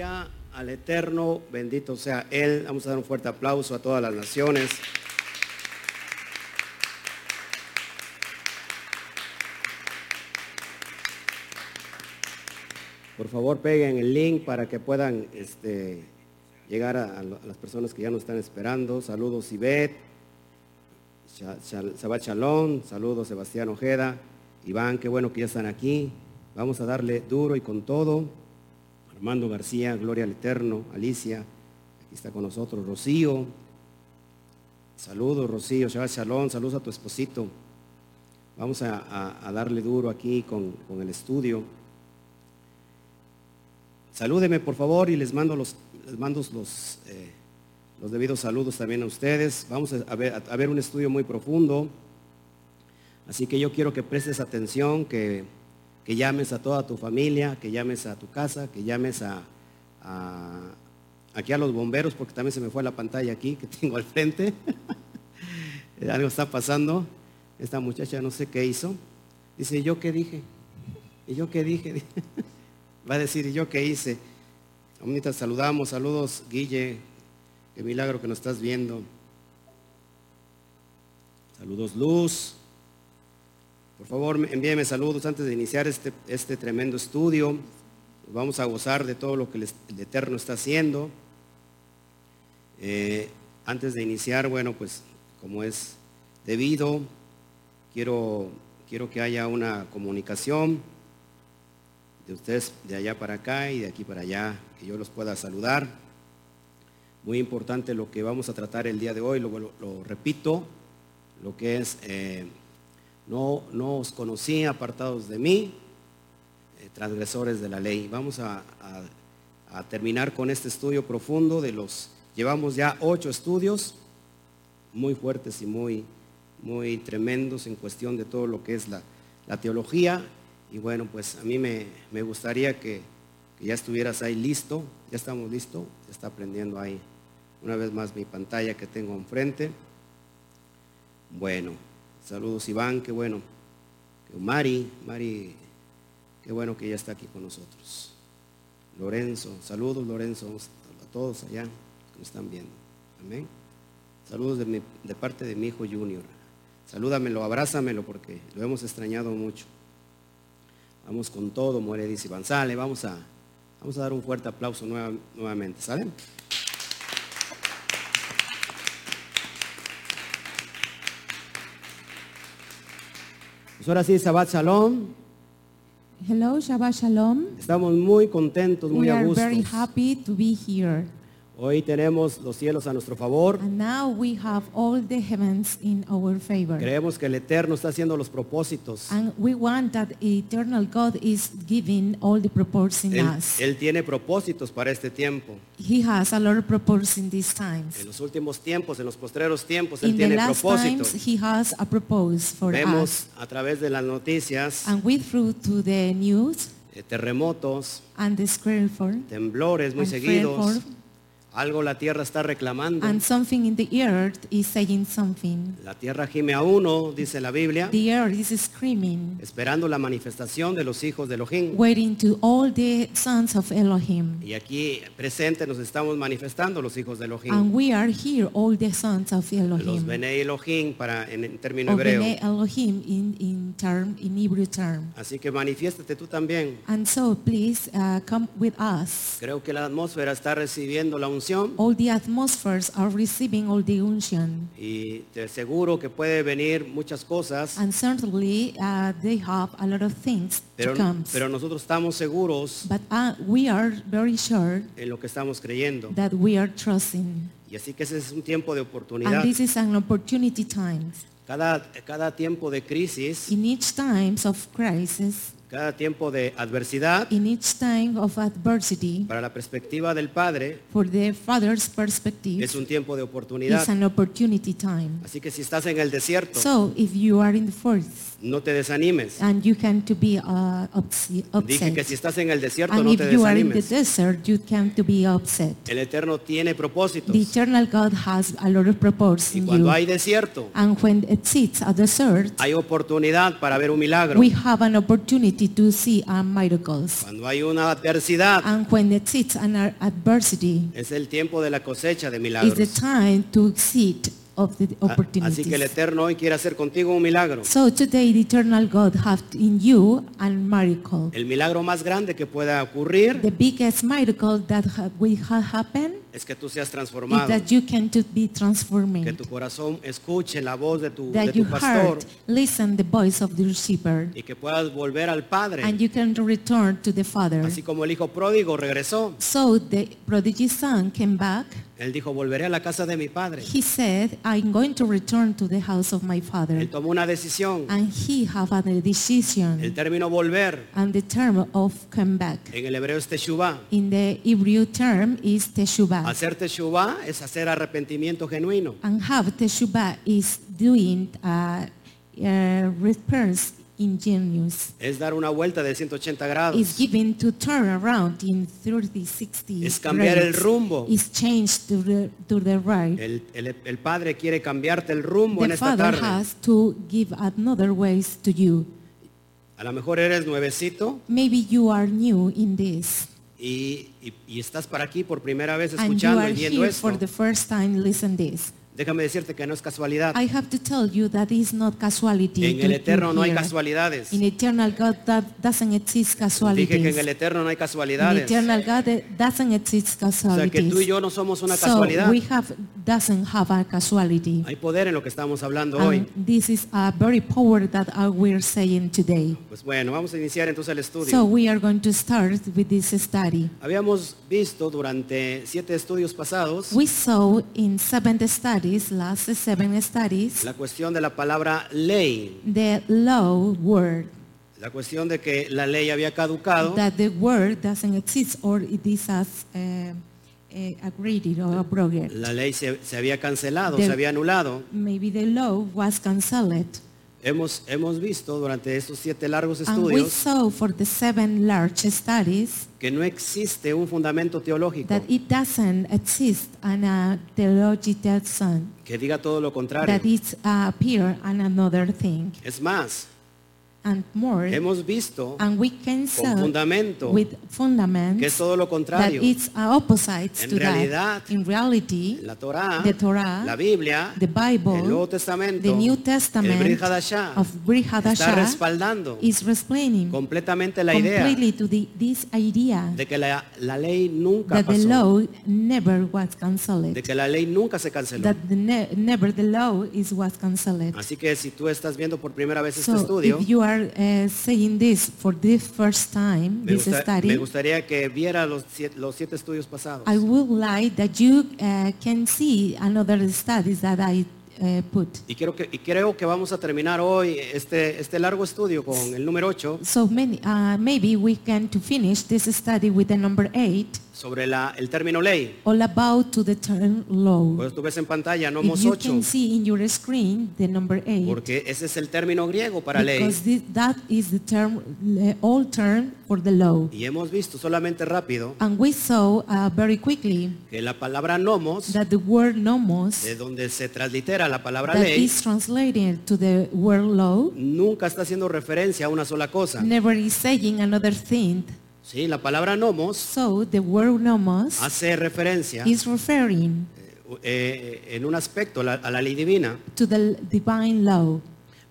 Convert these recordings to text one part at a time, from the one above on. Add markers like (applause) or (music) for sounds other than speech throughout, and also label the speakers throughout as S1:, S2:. S1: al Eterno, bendito sea Él. Vamos a dar un fuerte aplauso a todas las naciones. Por favor, peguen el link para que puedan este, llegar a, a lo- a las personas que ya nos están esperando. Saludos, Ivette. Cha- Cha- Shabbat Shalom, saludos Sebastián Ojeda, Iván, qué bueno que ya están aquí. Vamos a darle duro y con todo. Armando García, Gloria al Eterno, Alicia, aquí está con nosotros, Rocío. Saludos Rocío, Shabbat Shalom, saludos a tu esposito. Vamos a, a- a darle duro aquí con, con el estudio. Salúdeme por favor y les mando los, les mando los eh, los debidos saludos también a ustedes. Vamos a ver, a ver un estudio muy profundo. Así que yo quiero que prestes atención, que, que llames a toda tu familia, que llames a tu casa, que llames a, a- aquí a los bomberos, porque también se me fue la pantalla aquí que (laughs) tengo al frente. Algo está pasando. Esta muchacha no sé qué hizo. Dice, ¿y yo qué dije? ¿Y yo qué dije? (laughs) Va a decir, ¿y yo qué hice? Omnita, saludamos, saludos, Guille, Qué milagro que nos estás viendo. Saludos, Luz. Por favor, envíeme saludos antes de iniciar este, este tremendo estudio. Nos vamos a gozar de todo lo que el est- el Eterno está haciendo. Eh, antes de iniciar, bueno, pues como es debido, quiero, quiero que haya una comunicación de ustedes de allá para acá y de aquí para allá, que yo los pueda saludar. Muy importante lo que vamos a tratar el día de hoy, lo, lo- lo repito, lo que es, eh, no, no os conocí apartados de mí, eh, transgresores de la ley. Vamos a, a- a terminar con este estudio profundo de los, llevamos ya ocho estudios muy fuertes y muy, muy tremendos en cuestión de todo lo que es la, la teología. Y bueno, pues a mí me, me gustaría que, que ya estuvieras ahí listo, ya estamos listos, ya está aprendiendo ahí una vez más mi pantalla que tengo enfrente. Bueno, saludos Iván, qué bueno. Que Mari, Mari, qué bueno que ya está aquí con nosotros. Lorenzo, saludos Lorenzo, a todos allá que nos están viendo. Amén. Saludos de, mi- de parte de mi hijo Junior. Salúdamelo, abrázamelo porque lo hemos extrañado mucho. Vamos con todo, muere dice Iván. Sale, vamos a, vamos a dar un fuerte aplauso nueva- nuevamente. ¿Sale? Pues ahora sí, Shabbat Shalom.
S2: Hello, Shabbat Shalom.
S1: Estamos muy contentos, muy
S2: we
S1: a
S2: are
S1: gusto.
S2: very happy to be here.
S1: Hoy tenemos los cielos a nuestro favor.
S2: And now we have all the heavens in our favor.
S1: Creemos que el Eterno está haciendo los propósitos.
S2: And we want that eternal God is giving all the purpose in
S1: Él,
S2: us.
S1: él tiene propósitos para este tiempo.
S2: he has a lot of purpose in these times.
S1: En los últimos tiempos, en los postreros tiempos, Él
S2: In the
S1: tiene
S2: last
S1: propósitos.
S2: times, he has a purpose for us. Ah.
S1: Vemos a través de las noticias
S2: And we through to the news
S1: eh, terremotos,
S2: and the square for
S1: temblores muy
S2: And
S1: seguidos.
S2: fearful.
S1: Algo la tierra está reclamando.
S2: and something in the earth is saying something.
S1: La tierra gime a uno, dice la Biblia,
S2: The earth is screaming.
S1: esperando la manifestación de los hijos de Elohim.
S2: waiting to all the sons of Elohim.
S1: Y aquí presente nos estamos manifestando los hijos de
S2: And
S1: Elohim.
S2: we are here, all the sons of
S1: Los
S2: Elohim.
S1: Bene Elohim para, en, en término
S2: Or
S1: hebreo.
S2: Bene Elohim in, in term, in Hebrew term.
S1: Así que manifiéstate tú también.
S2: And so please uh, come with us.
S1: Creo que la atmósfera está recibiendo la unción.
S2: All the atmospheres are receiving all the unction.
S1: Y te aseguro que puede venir muchas cosas,
S2: And certainly uh, they have a lot of things
S1: pero,
S2: to come.
S1: pero nosotros estamos seguros
S2: But uh, we are very sure
S1: en lo que estamos creyendo.
S2: that we are trusting.
S1: Y así que ese es un tiempo de oportunidad.
S2: And this is an opportunity time.
S1: Cada, cada tiempo de crisis,
S2: In each times of crisis,
S1: cada tiempo de adversidad,
S2: in each time of adversity,
S1: para la perspectiva del Padre,
S2: for the father's perspective,
S1: es un tiempo de oportunidad.
S2: is an opportunity time.
S1: Así que si estás en el desierto,
S2: So if you are in the forest,
S1: No te desanimes.
S2: and you can to be uh, upse-
S1: Dije que
S2: upset.
S1: si estás en el desierto
S2: And
S1: no te
S2: if you are in the
S1: desanimes.
S2: desert, you can to be upset.
S1: El Eterno tiene propósitos.
S2: The eternal God has a lot of purpose
S1: Y
S2: in
S1: cuando
S2: you.
S1: hay desierto,
S2: And when it sits a desert,
S1: hay oportunidad para ver un milagro.
S2: we have an opportunity to see our miracles.
S1: Cuando hay una adversidad,
S2: And when it sits an ad- adversity,
S1: es el tiempo de la cosecha de
S2: is the
S1: milagros.
S2: time to seek of
S1: A-
S2: the
S1: Así que el
S2: opportunities.
S1: Eterno hoy quiere hacer contigo un milagro.
S2: So today the eternal God have in you a miracle.
S1: El milagro más grande que pueda ocurrir
S2: The biggest miracle that ha- will ha- happen
S1: es que tú seas
S2: is
S1: transformado,
S2: that you can to be
S1: que
S2: transforming.
S1: tu corazón escuche la voz de tu, de
S2: That you
S1: tu pastor
S2: heard, listen the voice of the shepherd,
S1: y que puedas volver al Padre,
S2: and you can return to the Father.
S1: así como el hijo pródigo regresó.
S2: So the prodigy son came back.
S1: Él dijo, volveré a la casa de mi Padre.
S2: He said, I'm going to return to the house of my father.
S1: Él tomó una decisión.
S2: And he have a
S1: El
S2: decision.
S1: término volver
S2: And the term of come back.
S1: en el hebreo es teshuvah.
S2: In the Hebrew term is teshuvah.
S1: Hacer teshuvah es hacer arrepentimiento genuino.
S2: And have teshuvah is doing a, a repairs ingenious.
S1: Es dar una vuelta de 180
S2: Is
S1: grados.
S2: given to turn around in 30, 60
S1: Es cambiar el
S2: grades.
S1: rumbo.
S2: Is changed to the, to the right.
S1: El, el- el Padre quiere cambiarte el rumbo en
S2: The
S1: esta
S2: Father
S1: tarde.
S2: has to give another ways to you.
S1: A lo mejor eres nuevecito
S2: Maybe you are new in this.
S1: y, y- y estás para aquí por primera vez
S2: And you
S1: escuchando
S2: are
S1: y viendo
S2: here
S1: esto.
S2: for the first time, listen this.
S1: Déjame decirte que no es casualidad.
S2: I have to tell you that is not casuality.
S1: En
S2: to-
S1: el
S2: to
S1: Eterno no hay
S2: hear.
S1: casualidades.
S2: In eternal God that doesn't exist
S1: Dije que
S2: casualities.
S1: en el Eterno no hay
S2: In
S1: casualidades.
S2: eternal God eh, doesn't exist
S1: O sea
S2: casualities.
S1: que tú y yo no somos una
S2: so
S1: casualidad.
S2: we have doesn't have a casuality.
S1: Hay poder en lo que estamos hablando hoy.
S2: And this is a very power that I- we're saying today.
S1: Pues bueno, vamos a iniciar entonces el
S2: So
S1: estudio.
S2: we are going to start with this study.
S1: Habíamos visto durante siete estudios pasados
S2: We saw in seven studies, last seven studies,
S1: la cuestión de la palabra ley,
S2: the law word,
S1: la cuestión de que la ley había caducado
S2: that the word doesn't exist or it is as uh, uh, agreed or abrogated.
S1: La ley se, se había cancelado,
S2: Del-
S1: se había anulado.
S2: Maybe the law was cancelled.
S1: Hemos, hemos visto durante estos siete largos
S2: And we
S1: estudios
S2: saw for the seven large studies
S1: que no existe un fundamento teológico
S2: that it doesn't exist on a theological son,
S1: que diga todo lo contrario.
S2: that it's uh, appear on another thing
S1: Es más,
S2: and more.
S1: hemos visto
S2: And we
S1: con
S2: can see
S1: fundamento
S2: with
S1: que es
S2: fundaments
S1: todo lo
S2: that
S1: contrario.
S2: it's uh, opposites
S1: En
S2: to
S1: realidad,
S2: that. In reality,
S1: La Torá,
S2: the Torah,
S1: la Biblia,
S2: the Bible,
S1: el Nuevo Testamento,
S2: the New
S1: el
S2: Testament
S1: Brit Hadashah,
S2: of Brit
S1: está
S2: Hadashah
S1: respaldando
S2: is explaining
S1: completamente la idea
S2: completely to the, this idea
S1: de que la, la ley nunca
S2: that the
S1: pasó,
S2: law never was cancelled,
S1: de que la ley nunca se canceló.
S2: that the ne- never the law is was cancelled.
S1: Así que si tú estás viendo por primera vez este
S2: So
S1: estudio,
S2: if you are uh, saying this for the first time,
S1: me,
S2: this
S1: gusta- me
S2: study,
S1: gustaría que viera los siete, los siete estudios pasados.
S2: I would like that you uh, can see another studies that I uh, put.
S1: Y, quiero que, y creo que vamos a terminar hoy este, este largo estudio con el número 8
S2: So many, uh, maybe we can to finish this study with the number eight,
S1: sobre la, el término ley.
S2: all about to the term law.
S1: Pues tú ves en pantalla,
S2: If
S1: nomos
S2: you
S1: 8,
S2: can see in your screen the number eight,
S1: porque ese es el término griego para ley.
S2: because thi- that is the term, the old term for the law.
S1: Y hemos visto solamente rápido
S2: And we saw uh, very quickly
S1: que la palabra nomos,
S2: that the word nomos,
S1: de donde se translitera la palabra
S2: that
S1: ley,
S2: is translated to the word law,
S1: nunca está haciendo referencia a una sola cosa.
S2: never is saying another thing.
S1: Sí, la palabra nomos
S2: So the word nomos
S1: hace referencia
S2: is referring
S1: eh, en un aspecto a la, a la ley divina,
S2: to the divine law,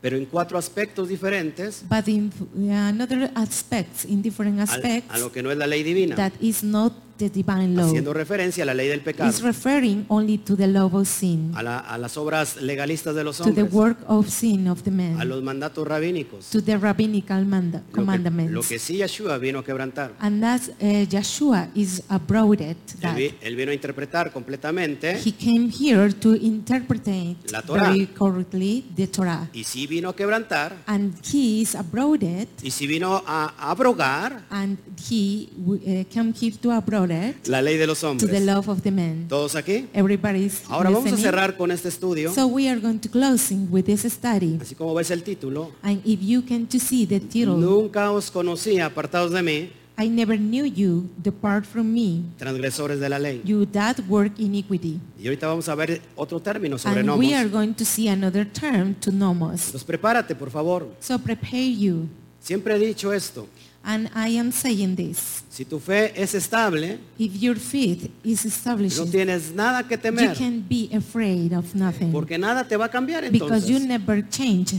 S1: pero en cuatro aspectos diferentes
S2: but in another aspects, in different
S1: a, a
S2: aspects,
S1: lo que no es la ley divina,
S2: that is not the divine law.
S1: haciendo referencia a la ley del
S2: It's
S1: pecado,
S2: referring only to the law of sin,
S1: a, la- a las obras legalistas de los
S2: to the
S1: hombres,
S2: work of sin of the
S1: a
S2: man,
S1: los mandatos rabínicos,
S2: to the rabbinical manda-
S1: lo que, lo
S2: commandments.
S1: que sí Yeshua vino a quebrantar.
S2: And that uh, Yeshua is abroaded
S1: Él,
S2: that
S1: vi- él vino a interpretar completamente
S2: he came here to interpret
S1: La Torah.
S2: very correctly the Torah.
S1: y sí vino a quebrantar
S2: And he is abroaded
S1: y sí vino a abrogar
S2: and he uh, came here to abroad devoted
S1: la ley de los
S2: to the
S1: hombres.
S2: love of the man.
S1: ¿Todos aquí?
S2: Everybody's
S1: Ahora vamos a
S2: listening.
S1: cerrar con este estudio.
S2: So we are going to closing with this study.
S1: Así como ves el título,
S2: And if you can to see the title,
S1: nunca os conocí apartados de mí,
S2: I never knew you, depart from me,
S1: transgresores de la ley.
S2: you that work iniquity.
S1: Y ahorita vamos a ver otro término sobre
S2: And
S1: nomos.
S2: we are going to see another term to nomos.
S1: Pues prepárate, por favor.
S2: So prepare you.
S1: Siempre he dicho esto.
S2: And I am saying this.
S1: Si tu fe es estable,
S2: If your faith is established,
S1: no tienes nada que
S2: you
S1: temer,
S2: can be afraid of nothing.
S1: porque nada te va a cambiar
S2: because you
S1: entonces.
S2: never change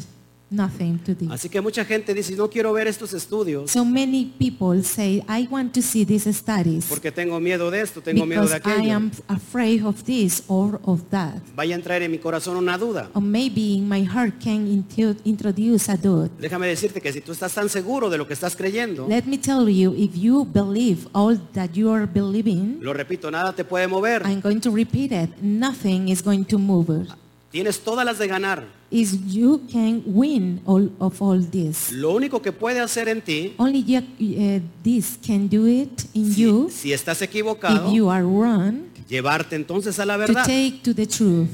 S2: nothing to this.
S1: Así que mucha gente dice, no quiero ver estos estudios
S2: So many people say, I want to see these studies
S1: porque tengo miedo de esto, tengo miedo
S2: because
S1: de
S2: I
S1: aquello.
S2: am afraid of this or of that.
S1: Vaya a entrar en mi corazón una duda.
S2: Or maybe in my heart can intu- introduce a doubt.
S1: Déjame decirte que si tú estás tan seguro de lo que estás creyendo,
S2: Let me tell you, if you believe all that you are believing,
S1: lo repito, nada te puede mover.
S2: I'm going to repeat it, nothing is going to move it.
S1: Tienes todas las de ganar.
S2: Is you can win all of all this.
S1: Lo único que puede hacer en ti,
S2: Only you- uh, this can do it in
S1: si,
S2: you
S1: si estás equivocado,
S2: if you are wrong
S1: llevarte entonces a la
S2: to
S1: verdad.
S2: take to the truth.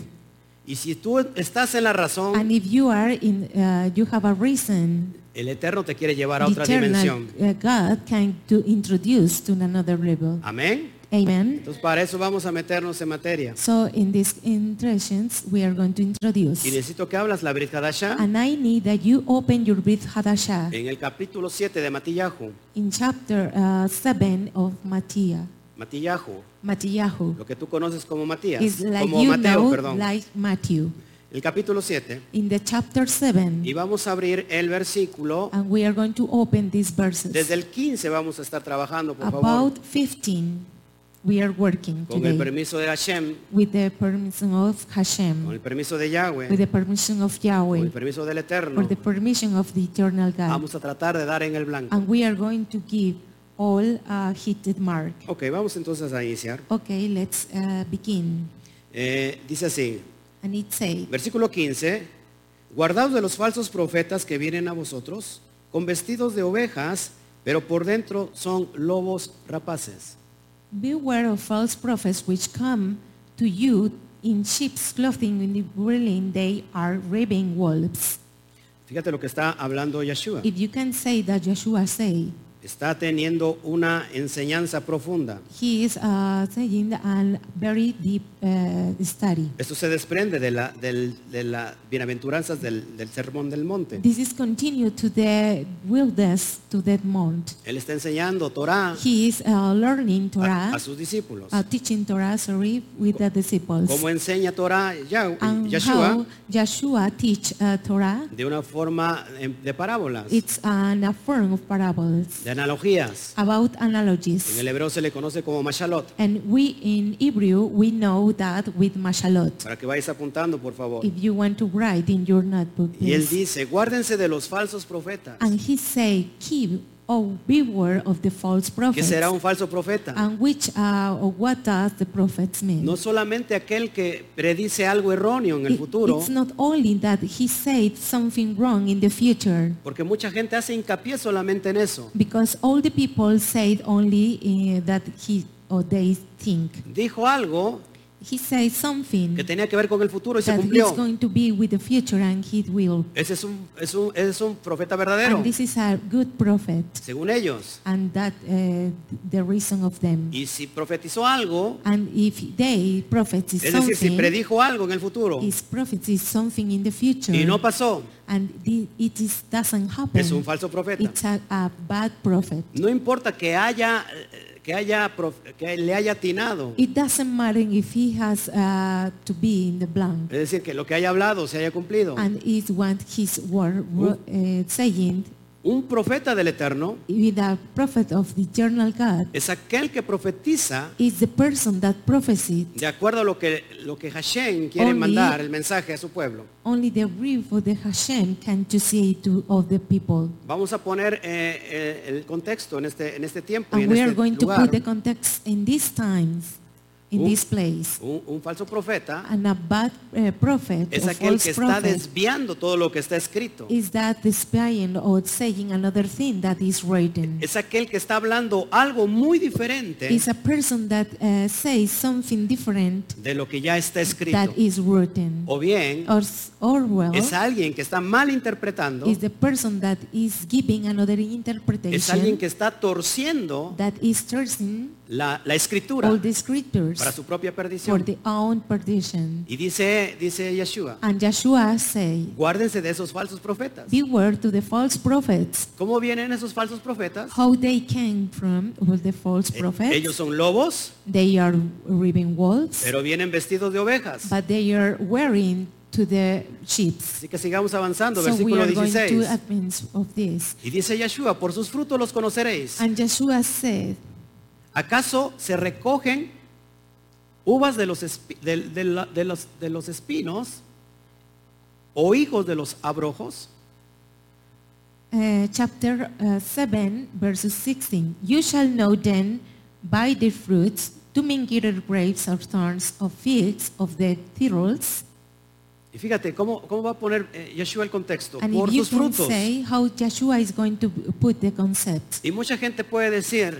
S1: Y si tú estás en la razón,
S2: And if you are in, uh, you have a reason,
S1: el Eterno te quiere llevar a
S2: the
S1: otra
S2: eternal
S1: dimensión.
S2: uh, God can to introduce to another level.
S1: Amén.
S2: Amen.
S1: Entonces para eso vamos a meternos en materia.
S2: So in these introductions, we are going to
S1: Y
S2: introduce.
S1: necesito que hablas la Brit Hadashah
S2: And I need that you open your Brit Hadashah
S1: en el capítulo 7 de Matillahu.
S2: in chapter uh, 7 of Mattia,
S1: Matillahu,
S2: Mattiyahu.
S1: lo que tú conoces como Matías,
S2: It's like
S1: como
S2: you
S1: Mateo,
S2: know,
S1: perdón.
S2: like Matthew.
S1: El capítulo 7.
S2: In the chapter 7,
S1: Y vamos a abrir el versículo.
S2: and we are going to open these
S1: Desde
S2: verses.
S1: el 15 vamos a estar trabajando, por favor.
S2: About 15, we are working
S1: Con el
S2: today
S1: permiso de Hashem,
S2: with the permission of
S1: con el
S2: Hashem,
S1: permiso de
S2: with
S1: Yahweh,
S2: the permission of
S1: con
S2: Yahweh,
S1: el permiso del
S2: or
S1: Eterno,
S2: the permission of the eternal God.
S1: vamos a tratar de dar en el blanco.
S2: and we are going to give all uh, heated mark.
S1: Ok, vamos entonces a iniciar.
S2: Okay, let's uh, begin.
S1: Eh, dice así,
S2: And it says,
S1: Versículo 15. Guardaos de los falsos profetas que vienen a vosotros con vestidos de ovejas, pero por dentro son lobos rapaces.
S2: Beware of false prophets which come to you in sheep's clothing, in the willing they are raving wolves.
S1: Fíjate lo que está hablando Yeshua.
S2: If you can say that Joshua say,
S1: Está teniendo una enseñanza profunda.
S2: he is uh, saying a very deep uh, study.
S1: Esto se desprende de las del, de la bienaventuranzas del, del sermón del monte.
S2: This is continued to the wilderness, to that mount.
S1: Él está enseñando Torah
S2: He is uh, learning
S1: a,
S2: Torah,
S1: a sus discípulos.
S2: uh, teaching Torah, sorry, with the disciples.
S1: Cómo enseña Torah Yah-
S2: and
S1: Yeshua
S2: how Joshua teach uh, Torah.
S1: de una forma eh, de parábolas,
S2: It's an a form of parables
S1: de analogías.
S2: about
S1: En
S2: analogies.
S1: el hebreo se le conoce como mashalot.
S2: And we in Hebrew we know that with mashalot.
S1: Para que vayas apuntando, por favor.
S2: If you want to write in your notebook,
S1: Y él
S2: please.
S1: dice, guárdense de los falsos profetas.
S2: And he say, "Keep oh beware of the false
S1: ¿Qué
S2: prophets."
S1: será un falso profeta?
S2: And which uh, or what does the prophets mean?
S1: No solamente aquel que predice algo erróneo en el
S2: It-
S1: futuro,
S2: it's not only that he said something wrong in the future.
S1: porque mucha gente hace hincapié solamente en eso.
S2: Because all the people said only uh, that he or they think.
S1: Dijo algo
S2: He says something
S1: que
S2: that
S1: tenía que ver con el futuro y se
S2: is
S1: cumplió.
S2: going to be with the future and he will.
S1: Ese es un, es un, es un profeta verdadero,
S2: And this is a good prophet
S1: según ellos.
S2: and that uh, the reason of them.
S1: Y si profetizó algo,
S2: And if they prophet is
S1: es decir, si
S2: something,
S1: predijo algo en el futuro
S2: his prophet is something in the future
S1: y no pasó,
S2: and the- it is, doesn't happen,
S1: es un falso profeta.
S2: it's a, a bad prophet.
S1: No importa que haya eh, que haya prof- que le haya atinado, es
S2: It doesn't matter if he has uh, to be in the blank.
S1: decir, que lo que haya hablado se haya cumplido.
S2: and is what his word ro- uh, saying
S1: Un profeta del Eterno
S2: with a prophet of the eternal God
S1: es aquel que profetiza
S2: is the person that prophesied
S1: de acuerdo a lo que lo que Hashem quiere
S2: Only-
S1: mandar el mensaje a su pueblo.
S2: only the grief of the Hashem can to say to all the people.
S1: Vamos a poner eh, eh, el contexto en este en este tiempo y
S2: And
S1: en
S2: we are
S1: este
S2: going to put
S1: lugar.
S2: the context in these times. in
S1: Un-
S2: this place.
S1: Un, un falso profeta
S2: And a bad uh, prophet,
S1: es
S2: a
S1: aquel que
S2: false
S1: está
S2: prophet,
S1: desviando todo lo que está escrito.
S2: is that displaying or saying another thing that is written.
S1: Es aquel que está hablando algo muy diferente
S2: Is a person that uh, says something different
S1: de lo que ya está escrito.
S2: that is written.
S1: O bien
S2: Or, s- or well,
S1: es alguien que está mal interpretando,
S2: is the person that is giving another
S1: es alguien
S2: interpretation
S1: que está torciendo
S2: that is twisting
S1: la, la escritura
S2: all the scriptures
S1: para su propia
S2: for
S1: perdición.
S2: their own perdition.
S1: Y dice, dice Yeshua,
S2: And Joshua said,
S1: guárdense de esos falsos profetas.
S2: beware to the false prophets.
S1: ¿Cómo vienen esos falsos profetas?
S2: How they came from with the false
S1: Eh,
S2: prophets.
S1: Ellos son lobos,
S2: They are ripping wolves,
S1: pero vienen vestidos de ovejas.
S2: but they are wearing to the sheep.
S1: Así que sigamos avanzando,
S2: So we
S1: versículo
S2: are going to
S1: 16.
S2: advance of this.
S1: Y dice Yeshua, por sus frutos los conoceréis.
S2: And Joshua said,
S1: ¿Acaso se recogen uvas de los, espi- de- de la- de los- de los espinos o hijos de los abrojos?
S2: uh, chapter uh, 7, verses 16, You shall know then by their fruits, do men gather grapes or thorns or figs of the thistles?
S1: Y fíjate cómo, cómo va a poner eh, Yeshua el contexto.
S2: And
S1: por
S2: if you
S1: sus
S2: can
S1: frutos.
S2: say how Joshua is going to put the concept.
S1: Y mucha gente puede decir,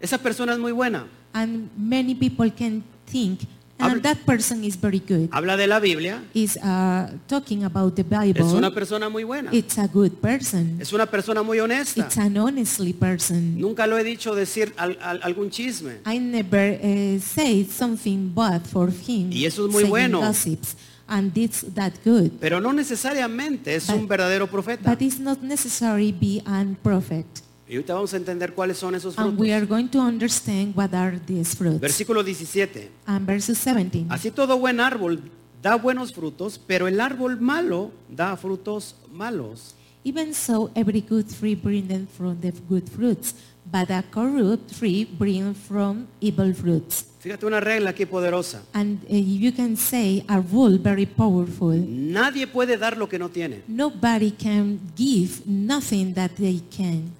S1: esa persona es muy buena.
S2: And many people can think,
S1: Habl-
S2: and that person is very good.
S1: Habla de la Biblia.
S2: is uh, talking about the Bible,
S1: Es una persona muy buena.
S2: it's a good person.
S1: Es una persona muy honesta.
S2: It's an honestly person.
S1: Nunca lo he dicho decir al- al- algún chisme.
S2: I never uh, say something bad for him.
S1: Y eso es muy
S2: saying
S1: bueno.
S2: Gossips, and it's that good.
S1: Pero no necesariamente es
S2: But-
S1: un verdadero profeta.
S2: But it's not necessary be an prophet.
S1: Y ahorita vamos a entender cuáles son esos
S2: And we are
S1: frutos.
S2: going to understand what are these fruits.
S1: Versículo 17.
S2: and verse 17.
S1: Así todo buen árbol da buenos frutos, pero el árbol malo da frutos malos.
S2: Even so, every good tree bringeth from the good fruits, but a corrupt tree bringeth from evil fruits.
S1: Fíjate una regla aquí poderosa.
S2: And uh, you can say a rule very powerful.
S1: Nadie puede dar lo que no tiene.
S2: Nobody can give nothing that they can.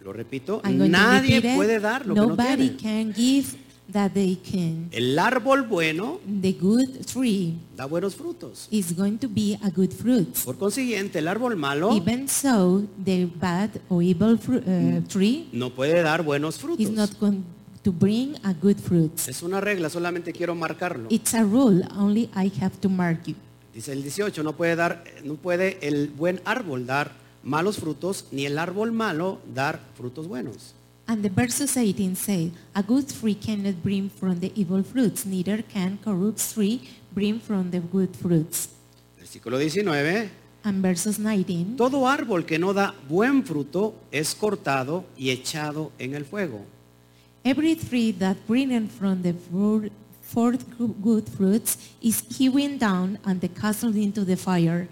S1: Lo repito,
S2: I'm going to
S1: nadie
S2: repeat it.
S1: puede dar lo que
S2: Nobody
S1: no tiene.
S2: can give that they can.
S1: El árbol bueno
S2: The good tree
S1: da buenos frutos.
S2: is going to be a good fruit.
S1: Por consiguiente, el árbol malo
S2: Even so, the bad or evil fru- uh,
S1: Mm.
S2: tree
S1: no puede dar buenos
S2: is
S1: frutos.
S2: not going to bring a good fruit.
S1: Es una regla, solamente quiero marcarlo.
S2: It's a rule, only I have to mark you.
S1: Dice el 18, no puede dar, no puede el buen árbol dar malos frutos, ni el árbol malo dar frutos buenos.
S2: And the verses 18 say, A good tree cannot bring from the evil fruits, neither can corrupt tree bring from the good fruits.
S1: Versículo 19,
S2: And verses 19,
S1: todo árbol que no da buen fruto es cortado y echado en el fuego.
S2: Every tree that bringeth from the fruit- forth good fruits is hewn down and cast into the fire.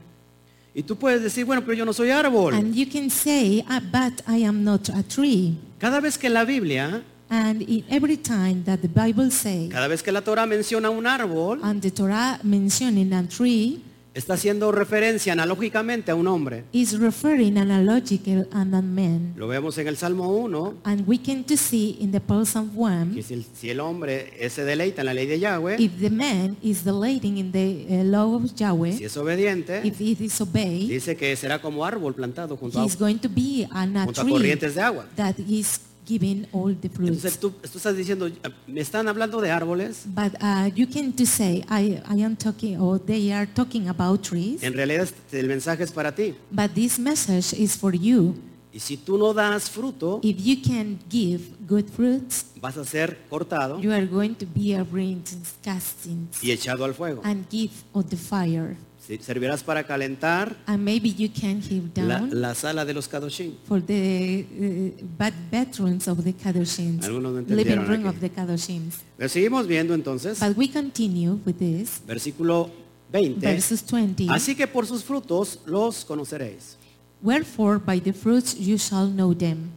S1: Y tú puedes decir, bueno, pero yo no soy árbol.
S2: And you can say, ah, but I am not a tree.
S1: Cada vez que la Biblia,
S2: And in every time that the Bible says,
S1: cada vez que la Torah menciona un árbol,
S2: and the Torah mentioning a tree,
S1: está haciendo referencia analógicamente a un hombre.
S2: is referring analogical and a man.
S1: Lo vemos en el Salmo 1,
S2: And we can to see in the pulse of
S1: que
S2: one
S1: si el, si el hombre eh, se deleita en la ley de Yahweh,
S2: if the man is delighting in the uh, law of
S1: si
S2: Yahweh,
S1: es obediente,
S2: if it is obeyed,
S1: Dice que será como árbol plantado junto a,
S2: he is going to be an a
S1: junto a
S2: tree
S1: corrientes de agua.
S2: that is giving all the
S1: Entonces
S2: fruits.
S1: tú, tú estás diciendo, me están hablando de árboles.
S2: But uh, you can to say, I, I am talking, or they are talking about trees,
S1: En realidad este- el mensaje es para ti.
S2: but this message is for you.
S1: Y si tú no das fruto,
S2: If you can give good fruits,
S1: vas a ser cortado
S2: you are going to be a arranged castings
S1: y echado al fuego.
S2: and give of the fire.
S1: Si- Servirás para calentar
S2: And maybe you can heal
S1: la,
S2: down.
S1: la sala de los Kadoshim.
S2: for the uh, bad veterans of the Kadoshim,
S1: Algunos no
S2: living
S1: entendieron
S2: room
S1: aquí.
S2: of the Kadoshim.
S1: Pero seguimos viendo entonces,
S2: But we continue with this,
S1: versículo 20.
S2: verses 20.
S1: Así que por sus frutos los conoceréis.
S2: Wherefore by the fruits you shall know them.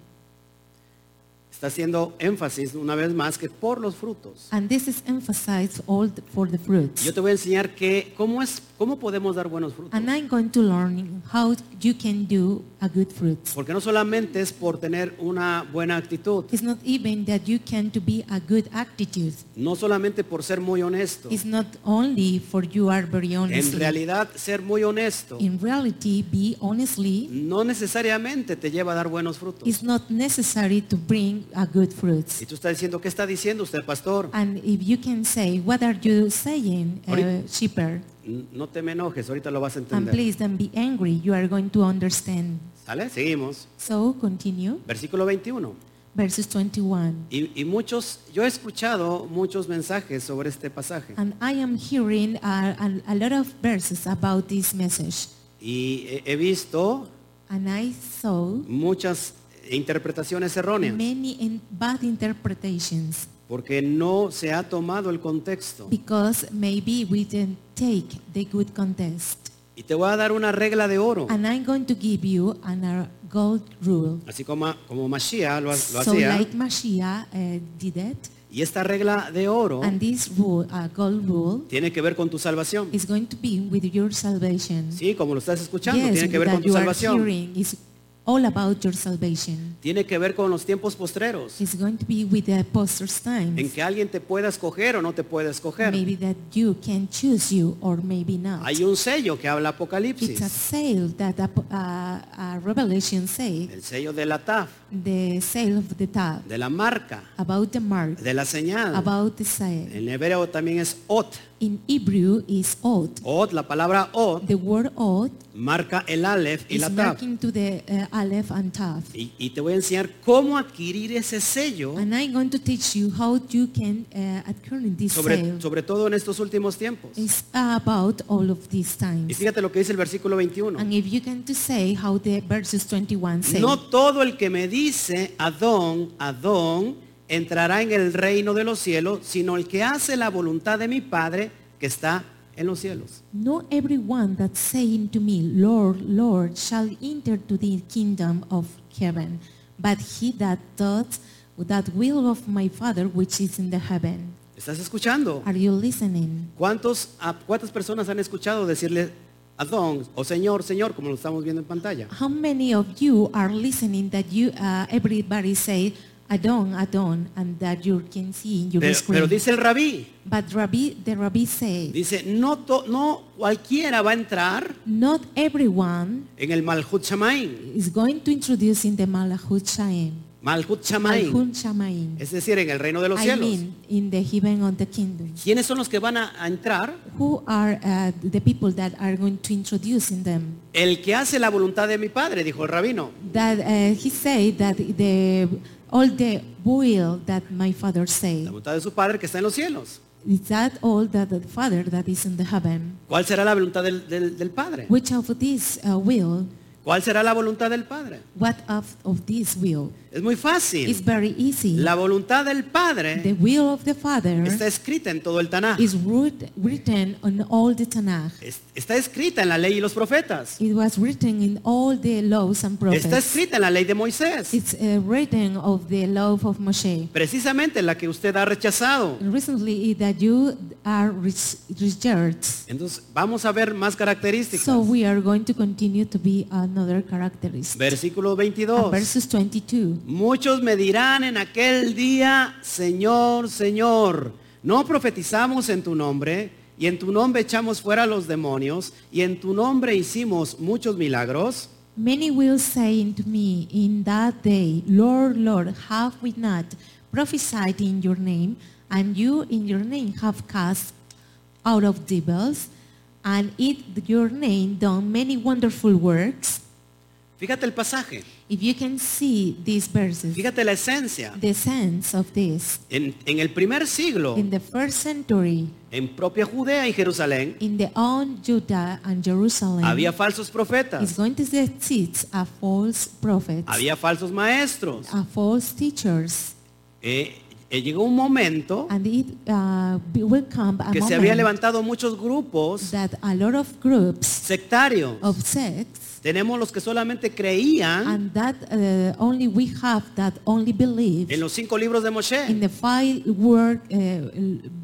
S1: Está haciendo énfasis una vez más que por los frutos.
S2: And this is emphasized all th- for the fruits.
S1: Yo te voy a enseñar que cómo es cómo podemos dar buenos frutos.
S2: And I'm going to learn how you can do a good fruit.
S1: Porque no solamente es por tener una buena actitud,
S2: It's not even that you can to be a good attitude.
S1: no solamente por ser muy honesto.
S2: It's not only for you are very honest.
S1: En realidad, ser muy honesto
S2: In reality, be honestly
S1: no necesariamente te lleva a dar buenos frutos.
S2: is not necessary to bring a good
S1: Y
S2: fruit.
S1: tú estás diciendo, ¿qué está diciendo usted, pastor?
S2: And if you can say, what are you saying, uh,
S1: Ahorita-
S2: shepherd?
S1: N- No te me enojes, ahorita lo vas a
S2: And
S1: entender.
S2: please don't be angry. You are going to understand.
S1: ¿Sale? Seguimos.
S2: So continue.
S1: Versículo 21.
S2: Verses 21.
S1: Y, y muchos, yo he escuchado muchos mensajes sobre este pasaje.
S2: And I am hearing uh, a, a lot of verses about this message.
S1: Y he- he visto
S2: And I saw
S1: muchas interpretaciones erróneas.
S2: many in bad interpretations
S1: Porque no se ha tomado el contexto.
S2: because maybe we didn't take the good contest.
S1: Y te voy a dar una regla de oro.
S2: And I'm going to give you an uh, gold rule.
S1: Así como, como Mashiach lo, ha- lo
S2: So
S1: hacía.
S2: like Mashiach uh, did it,
S1: Y esta regla de oro
S2: and this rule, uh, gold rule,
S1: tiene que ver con tu salvación.
S2: is going to be with your salvation.
S1: Sí, como lo estás escuchando,
S2: Yes,
S1: tiene que ver
S2: that
S1: con tu
S2: you are
S1: salvación.
S2: hearing is all about your salvation.
S1: Tiene que ver con los tiempos postreros.
S2: It's going to be with the apostles'
S1: En
S2: times.
S1: que alguien te pueda escoger o no te puede escoger.
S2: Maybe that you can choose you or maybe not.
S1: Hay un sello que habla
S2: It's a
S1: Apocalipsis.
S2: sale that a, uh, a revelation say,
S1: El sello de la TAF,
S2: the sale of the tab,
S1: de la marca,
S2: about the mark,
S1: de la señal.
S2: about the sale.
S1: En hebreo también es Ot.
S2: In Hebrew is odd.
S1: Ot, la palabra Ot,
S2: The word odd
S1: marca el Aleph y
S2: is
S1: la TAF.
S2: marking to the uh, aleph and taf.
S1: Y, y te voy a enseñar cómo adquirir ese sello,
S2: And I'm going to teach you how you can uh, adhere in this sale.
S1: sobre, sobre todo en estos últimos tiempos.
S2: It's about all of these
S1: Y
S2: times.
S1: fíjate lo que dice el versículo 21.
S2: And if you can to say how the verses 21 say.
S1: No todo el que me dice Adón, Adón, entrará en el reino de los cielos, sino el que hace la voluntad de mi Padre que está en los cielos.
S2: Not everyone that saying to me, Lord, Lord, shall enter to the kingdom of heaven, but he that does that will of my Father which is in the heaven.
S1: ¿Estás escuchando?
S2: Are you listening?
S1: ¿Cuántos, a- ¿Cuántas personas han escuchado decirle Adón o Señor, Señor, como lo estamos viendo en pantalla?
S2: How many of you are listening that you uh, everybody say Adon, Adon, and that you can see in your
S1: Pero,
S2: screen?
S1: pero dice el rabí,
S2: but Rabbi, the Rabbi say,
S1: dice, no, to- no cualquiera va a entrar
S2: not everyone
S1: en el Malhut Shamaim.
S2: is going to introduce in the Malachut Shaim.
S1: Malhut Shamaim,
S2: Malchut Shamaim.
S1: es decir, en el reino de los
S2: I
S1: cielos.
S2: mean, in the heaven of the kingdom.
S1: ¿Quiénes son los que van a, a entrar?
S2: Who are uh, the people that are going to introduce in them?
S1: El que hace la voluntad de mi padre, dijo el rabino.
S2: That uh, he said that the all the will that my father say.
S1: La voluntad de su padre que está en los cielos.
S2: Is that all that the father that is in the heaven?
S1: ¿Cuál será la voluntad del, del- del padre?
S2: Which of this uh, will?
S1: ¿Cuál será la voluntad del padre?
S2: What of, of this will?
S1: Es muy
S2: It's
S1: fácil.
S2: very easy.
S1: La voluntad del
S2: The
S1: padre
S2: will of the father
S1: está escrita en todo el Tanaj.
S2: is writ- written on all the Tanakh.
S1: Es- Está escrita en la ley y los profetas.
S2: It was written in all the laws and
S1: Está
S2: prophets.
S1: escrita en la ley de Moisés.
S2: It's a written of the love of Moshe.
S1: Precisamente la que usted ha rechazado.
S2: And recently it that you are re- rejected.
S1: Entonces, vamos a ver más características.
S2: So we are going to continue to be another characteristic.
S1: Versículo
S2: And
S1: 22.
S2: Verses 22.
S1: Muchos me dirán en aquel día, Señor, Señor, no profetizamos en tu nombre, y en tu nombre echamos fuera a los demonios, y en tu nombre hicimos muchos milagros.
S2: Many will say unto me in that day, Lord, Lord, have we not prophesied in your name, and you in your name have cast out of devils, and in your name done many wonderful works?
S1: Fíjate el pasaje,
S2: If you can see these verses,
S1: fíjate la esencia.
S2: the sense of this.
S1: En, en el primer siglo,
S2: In the first century,
S1: en propia Judea y Jerusalén,
S2: in the own Judah and Jerusalem,
S1: había falsos
S2: is
S1: profetas,
S2: going to exist a false prophet,
S1: había falsos maestros.
S2: a false teachers,
S1: Eh, eh, llegó un momento
S2: and it uh, be- will come a
S1: que se habían
S2: moment
S1: levantado muchos grupos
S2: that a lot of groups
S1: sectarios
S2: of sects us.
S1: Tenemos los que solamente creían
S2: And that uh, only we have that only believe
S1: en los cinco libros de
S2: in
S1: Moshe
S2: the five word uh,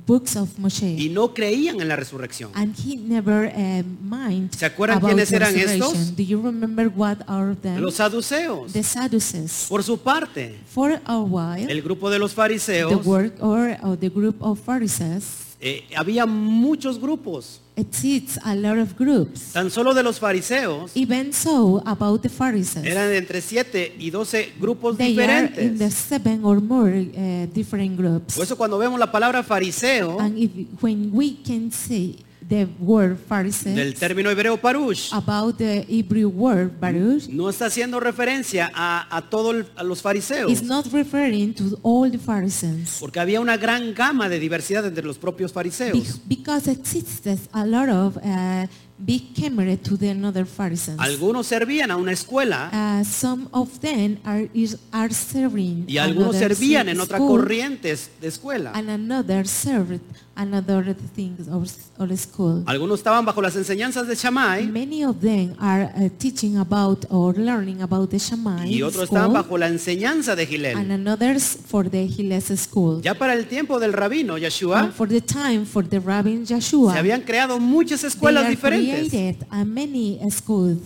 S2: books of
S1: y
S2: Moshe.
S1: no creían en la resurrección.
S2: And he never uh, mind
S1: ¿Se acuerdan
S2: about
S1: quiénes eran
S2: resurrection.
S1: estos?
S2: Do you remember what are them?
S1: Los saduceos,
S2: the Sadducees.
S1: por su parte,
S2: For a while,
S1: el grupo de los
S2: the
S1: fariseos,
S2: work or, or the group of Pharisees,
S1: eh, había muchos grupos.
S2: it seats a lot of groups.
S1: Tan solo de los fariseos
S2: Even so, about the Pharisees,
S1: eran entre 7 y 12 grupos
S2: they are in the
S1: diferentes.
S2: seven or more uh, different groups.
S1: Por eso cuando vemos la palabra fariseo,
S2: And if, when we can see the word Pharisees
S1: del término hebreo parush,
S2: about the Hebrew word Baruch,
S1: no está haciendo referencia a, a todos los
S2: is
S1: fariseos,
S2: not referring to all the Pharisees.
S1: porque había una gran gama de diversidad entre los propios
S2: Be-
S1: fariseos.
S2: because exists a lot of uh, big camera to the another Pharisees.
S1: Algunos servían a una escuela
S2: Uh, some of them are, is, are serving
S1: y algunos
S2: another
S1: servían
S2: thing-
S1: en otras
S2: school,
S1: corrientes de escuela.
S2: and another served another thing or, or school.
S1: Algunos estaban bajo las enseñanzas de Shammai
S2: Many of them are uh, teaching about or learning about the Shammai
S1: y otros
S2: school,
S1: estaban bajo la enseñanza de
S2: and
S1: Gilel.
S2: another's for the Hiles school.
S1: Ya para el tiempo del rabino Yeshua,
S2: And for the time for the Rabbi Joshua,
S1: se habían creado muchas escuelas
S2: they are
S1: diferentes.
S2: created uh, many uh, schools,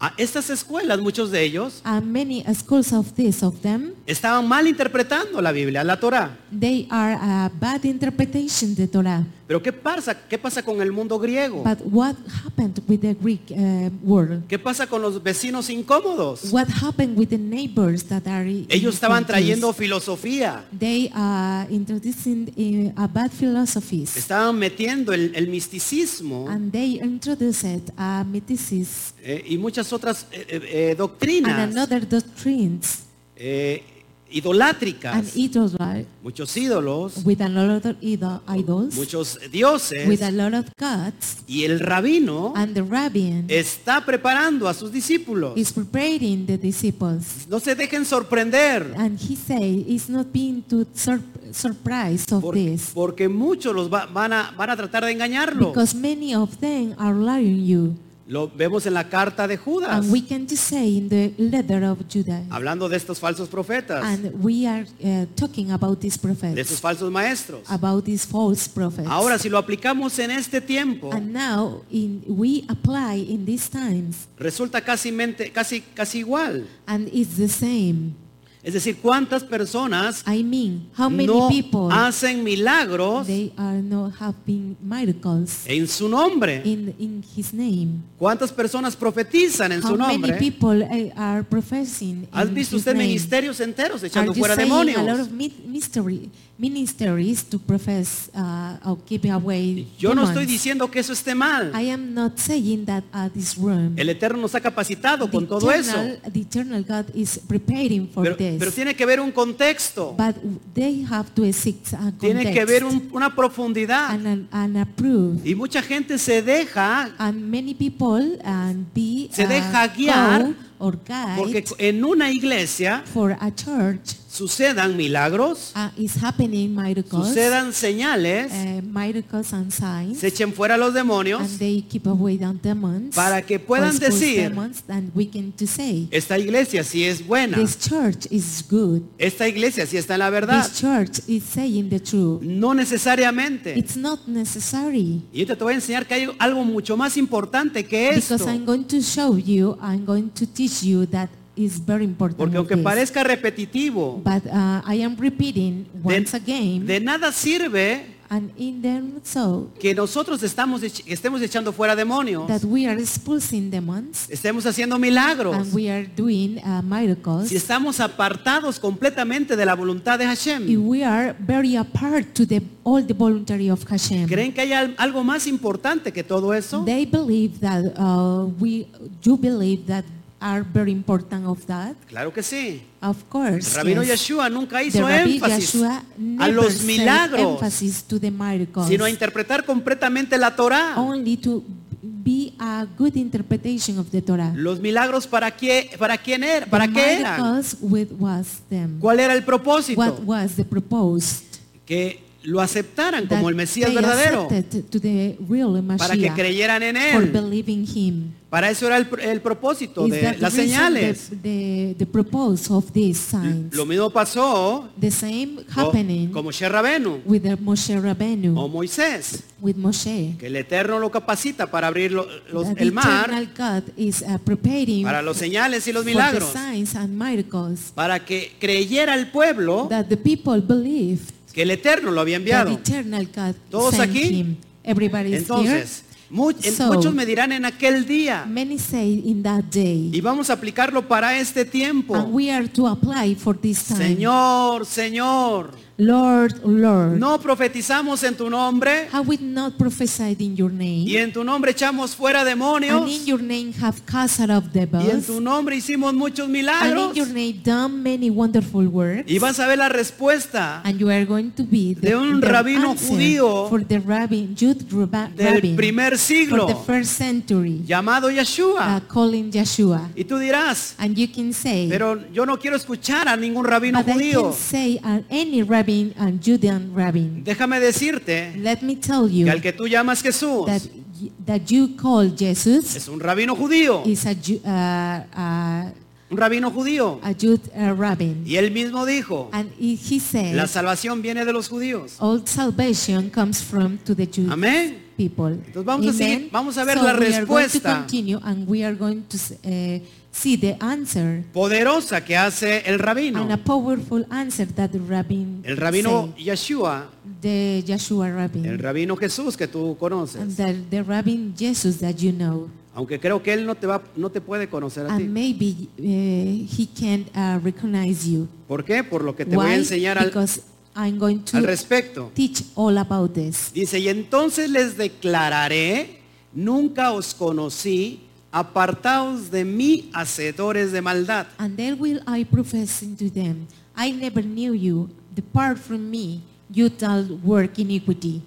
S1: A estas escuelas, muchos de ellos,
S2: uh, many uh, schools of this of them.
S1: estaban mal interpretando la Biblia, la Torá.
S2: They are a bad interpretation the Torah.
S1: Pero ¿qué pasa? ¿Qué pasa con el mundo griego?
S2: But what happened with the Greek uh, world?
S1: ¿Qué pasa con los vecinos incómodos?
S2: What happened with the neighbors that are i-
S1: Ellos estaban
S2: confused?
S1: trayendo filosofía,
S2: They are introducing uh, a bad philosophies
S1: estaban metiendo el, el misticismo
S2: and they introduced a mysticism
S1: eh, y muchas otras eh, eh, eh,
S2: and
S1: doctrinas
S2: another doctrines
S1: eh,
S2: and
S1: idolátricas,
S2: idols right?
S1: muchos ídolos,
S2: with a lot of idol, idols,
S1: muchos
S2: with
S1: dioses.
S2: a lot of gods,
S1: Y el rabino
S2: and the rabbi
S1: está preparando a sus discípulos.
S2: is preparing the disciples.
S1: No se dejen sorprender.
S2: And he say, it's not being too sur- surprised of
S1: Por-
S2: this,
S1: porque muchos los va- van, a, van a tratar de engañarlo.
S2: because many of them are lying you.
S1: Lo vemos en la carta de Judas,
S2: And we can just say in the letter of Judah,
S1: hablando de estos falsos profetas,
S2: and we are uh, talking about these
S1: de estos
S2: prophets,
S1: falsos maestros.
S2: about these false prophets.
S1: Ahora, si lo aplicamos en este tiempo,
S2: and now in, we apply in these times,
S1: resulta casi, mente- casi, casi igual.
S2: and it's the same.
S1: Es decir, ¿cuántas personas
S2: I mean, how many
S1: no
S2: people
S1: hacen milagros
S2: they are not have been miracles
S1: en su nombre?
S2: in in His name?
S1: ¿Cuántas personas profetizan en
S2: How
S1: su
S2: many
S1: nombre?
S2: people eh, are professing
S1: ¿Has
S2: in
S1: visto
S2: His
S1: usted
S2: name?
S1: ministerios enteros
S2: Are
S1: echando
S2: you
S1: fuera
S2: saying a lot
S1: demonios?
S2: of mi- mystery, ministries to profess uh, or keep away
S1: Yo no estoy
S2: demons?
S1: diciendo que eso esté mal.
S2: I am not saying that at this room.
S1: El Eterno nos ha capacitado
S2: the,
S1: con todo eso.
S2: eternal, the eternal God is preparing for
S1: Pero,
S2: this.
S1: pero tiene que ver un contexto.
S2: but they have to seek a
S1: Tiene que
S2: context
S1: ver un- una profundidad.
S2: and, an- and approve.
S1: Y mucha gente se deja
S2: And many people and be
S1: Se
S2: uh,
S1: deja guiar
S2: go or guide
S1: porque en una iglesia
S2: for a church
S1: sucedan milagros,
S2: uh, is happening miracles,
S1: sucedan señales,
S2: uh, miracles and signs,
S1: se echen fuera los
S2: and
S1: demonios.
S2: they keep away the demons.
S1: Para que puedan
S2: expose
S1: decir,
S2: demons, and we can to say
S1: Esta iglesia sí es buena.
S2: this church is good.
S1: Esta iglesia sí está en la verdad.
S2: This church is saying the truth.
S1: No necesariamente.
S2: It's not necessary.
S1: Y yo te voy a enseñar que hay algo mucho más importante que esto.
S2: Because I'm going to show you, I'm going to teach you that is very important.
S1: Porque
S2: of
S1: aunque
S2: this.
S1: parezca repetitivo,
S2: But uh, I am repeating once again,
S1: de nada sirve
S2: and in them so
S1: que nosotros estamos ech- estemos echando fuera demonios,
S2: that we are expulsing demons
S1: estemos haciendo milagros,
S2: and we are doing uh, miracles.
S1: si estamos apartados completamente de la voluntad de
S2: If
S1: Hashem.
S2: we are very apart to the all the voluntary of Hashem,
S1: ¿Creen que hay al- algo más importante que todo eso?
S2: they believe that uh, we do believe that are very important of that.
S1: Claro que sí.
S2: Of
S1: El
S2: course,
S1: Rabino
S2: yes.
S1: Yeshua nunca
S2: the
S1: hizo
S2: Rabbi
S1: énfasis
S2: Yeshua
S1: a
S2: never
S1: los
S2: set
S1: milagros,
S2: emphasis to the miracles,
S1: sino a interpretar completamente la Torá.
S2: only to be a good interpretation of the Torah.
S1: Los milagros para qué, para quién era,
S2: The
S1: para qué eran,
S2: miracles with was them.
S1: cuál era el
S2: What
S1: propósito,
S2: was the proposed?
S1: que lo aceptaran
S2: that
S1: como el Mesías
S2: they
S1: verdadero,
S2: accepted to the real
S1: para que
S2: Messiah
S1: creyeran en
S2: for
S1: él.
S2: believing him.
S1: Para eso era el, pr- el propósito
S2: Is
S1: de
S2: that the
S1: las
S2: reason
S1: señales.
S2: The, the, the purpose of these signs.
S1: Lo Oh, mismo pasó
S2: the same
S1: co-
S2: happening
S1: con Moshe Rabenu
S2: with the Moshe Rabenu,
S1: o Moisés,
S2: with Moshe.
S1: Oh, que el Eterno lo capacita para abrir lo- los-
S2: That
S1: el mar,
S2: eternal God is uh, preparing
S1: para los señales y los
S2: for
S1: milagros,
S2: the signs and miracles
S1: para que creyera el pueblo
S2: that the people believed
S1: que el Eterno lo había
S2: that
S1: enviado.
S2: eternal God
S1: Todos
S2: sent
S1: aquí.
S2: him. Everybody is
S1: Entonces, mu- en-
S2: So-
S1: muchos me dirán en aquel
S2: here.
S1: día,
S2: Many say in that day,
S1: y vamos a aplicarlo para este
S2: and
S1: tiempo.
S2: we are to apply for this time.
S1: Señor, Señor,
S2: Lord, Lord,
S1: no profetizamos en tu nombre
S2: have we not prophesied in your name?
S1: y en tu nombre echamos fuera
S2: And
S1: demonios
S2: in your name have cast out
S1: y en
S2: devils.
S1: tu nombre hicimos muchos
S2: And in
S1: milagros.
S2: your name done many wonderful works.
S1: Y vas a ver la respuesta
S2: And you are going to be the,
S1: De un
S2: the
S1: rabino
S2: answer
S1: judío
S2: for the rabbin, Jude rabbi,
S1: del primer
S2: for the
S1: siglo
S2: first century,
S1: llamado
S2: uh,
S1: Yeshua.
S2: calling Yeshua.
S1: Y tú dirás,
S2: And you can say,
S1: pero yo no quiero escuchar a ningún rabino
S2: but I
S1: judío.
S2: can say uh, any rabbin and Judean rabbin.
S1: Déjame decirte
S2: Let me tell
S1: que
S2: you
S1: al que tú llamas Jesús
S2: that y- that you call Jesus
S1: es un rabino judío,
S2: is a Ju- uh, uh,
S1: un rabino judío.
S2: a Jude uh, rabbin,
S1: Y él mismo dijo,
S2: and he he
S1: la
S2: says
S1: salvación viene de los judíos.
S2: all salvation comes from to the Jews.
S1: Amén.
S2: people.
S1: Entonces, vamos a seguir-
S2: Amen.
S1: vamos a ver
S2: So
S1: la
S2: we are going to
S1: respuesta.
S2: continue and we are going to eh, see the answer
S1: Poderosa que hace el
S2: and a
S1: rabino,
S2: powerful answer that the rabbin
S1: el rabino
S2: say,
S1: Yeshua,
S2: the Yeshua rabbin
S1: el rabino Jesús que tú
S2: and
S1: conoces.
S2: that the rabbin Jesus that you know
S1: Aunque creo que él no te va, no te puede conocer a ti.
S2: and maybe eh, he can't uh, recognize you.
S1: ¿Por qué? Por lo que te voy a
S2: Why?
S1: enseñar al,
S2: Because I'm going
S1: al
S2: to
S1: respecto.
S2: teach all about this.
S1: Dice, y entonces les declararé, nunca os conocí, apartaos de mí, hacedores de maldad.
S2: And then will I profess unto them, I never knew you. Depart from me, you that work iniquity.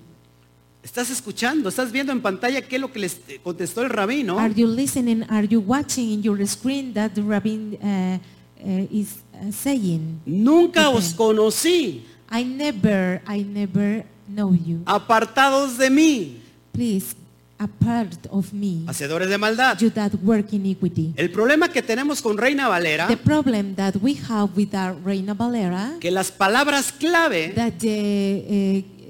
S1: Estás escuchando, estás viendo en pantalla qué es lo que les eh, contestó el rabino.
S2: Are you listening? Are you watching in your screen that the rabbin uh, uh, is uh, saying?
S1: Nunca
S2: Ok.
S1: os conocí,
S2: I never, I never know you.
S1: apartados de mí,
S2: Please, apart of me,
S1: hacedores de maldad.
S2: you that work iniquity.
S1: El problema que tenemos con Reina Valera,
S2: The problem that we have with our Reina Valera,
S1: que las palabras clave
S2: that the uh,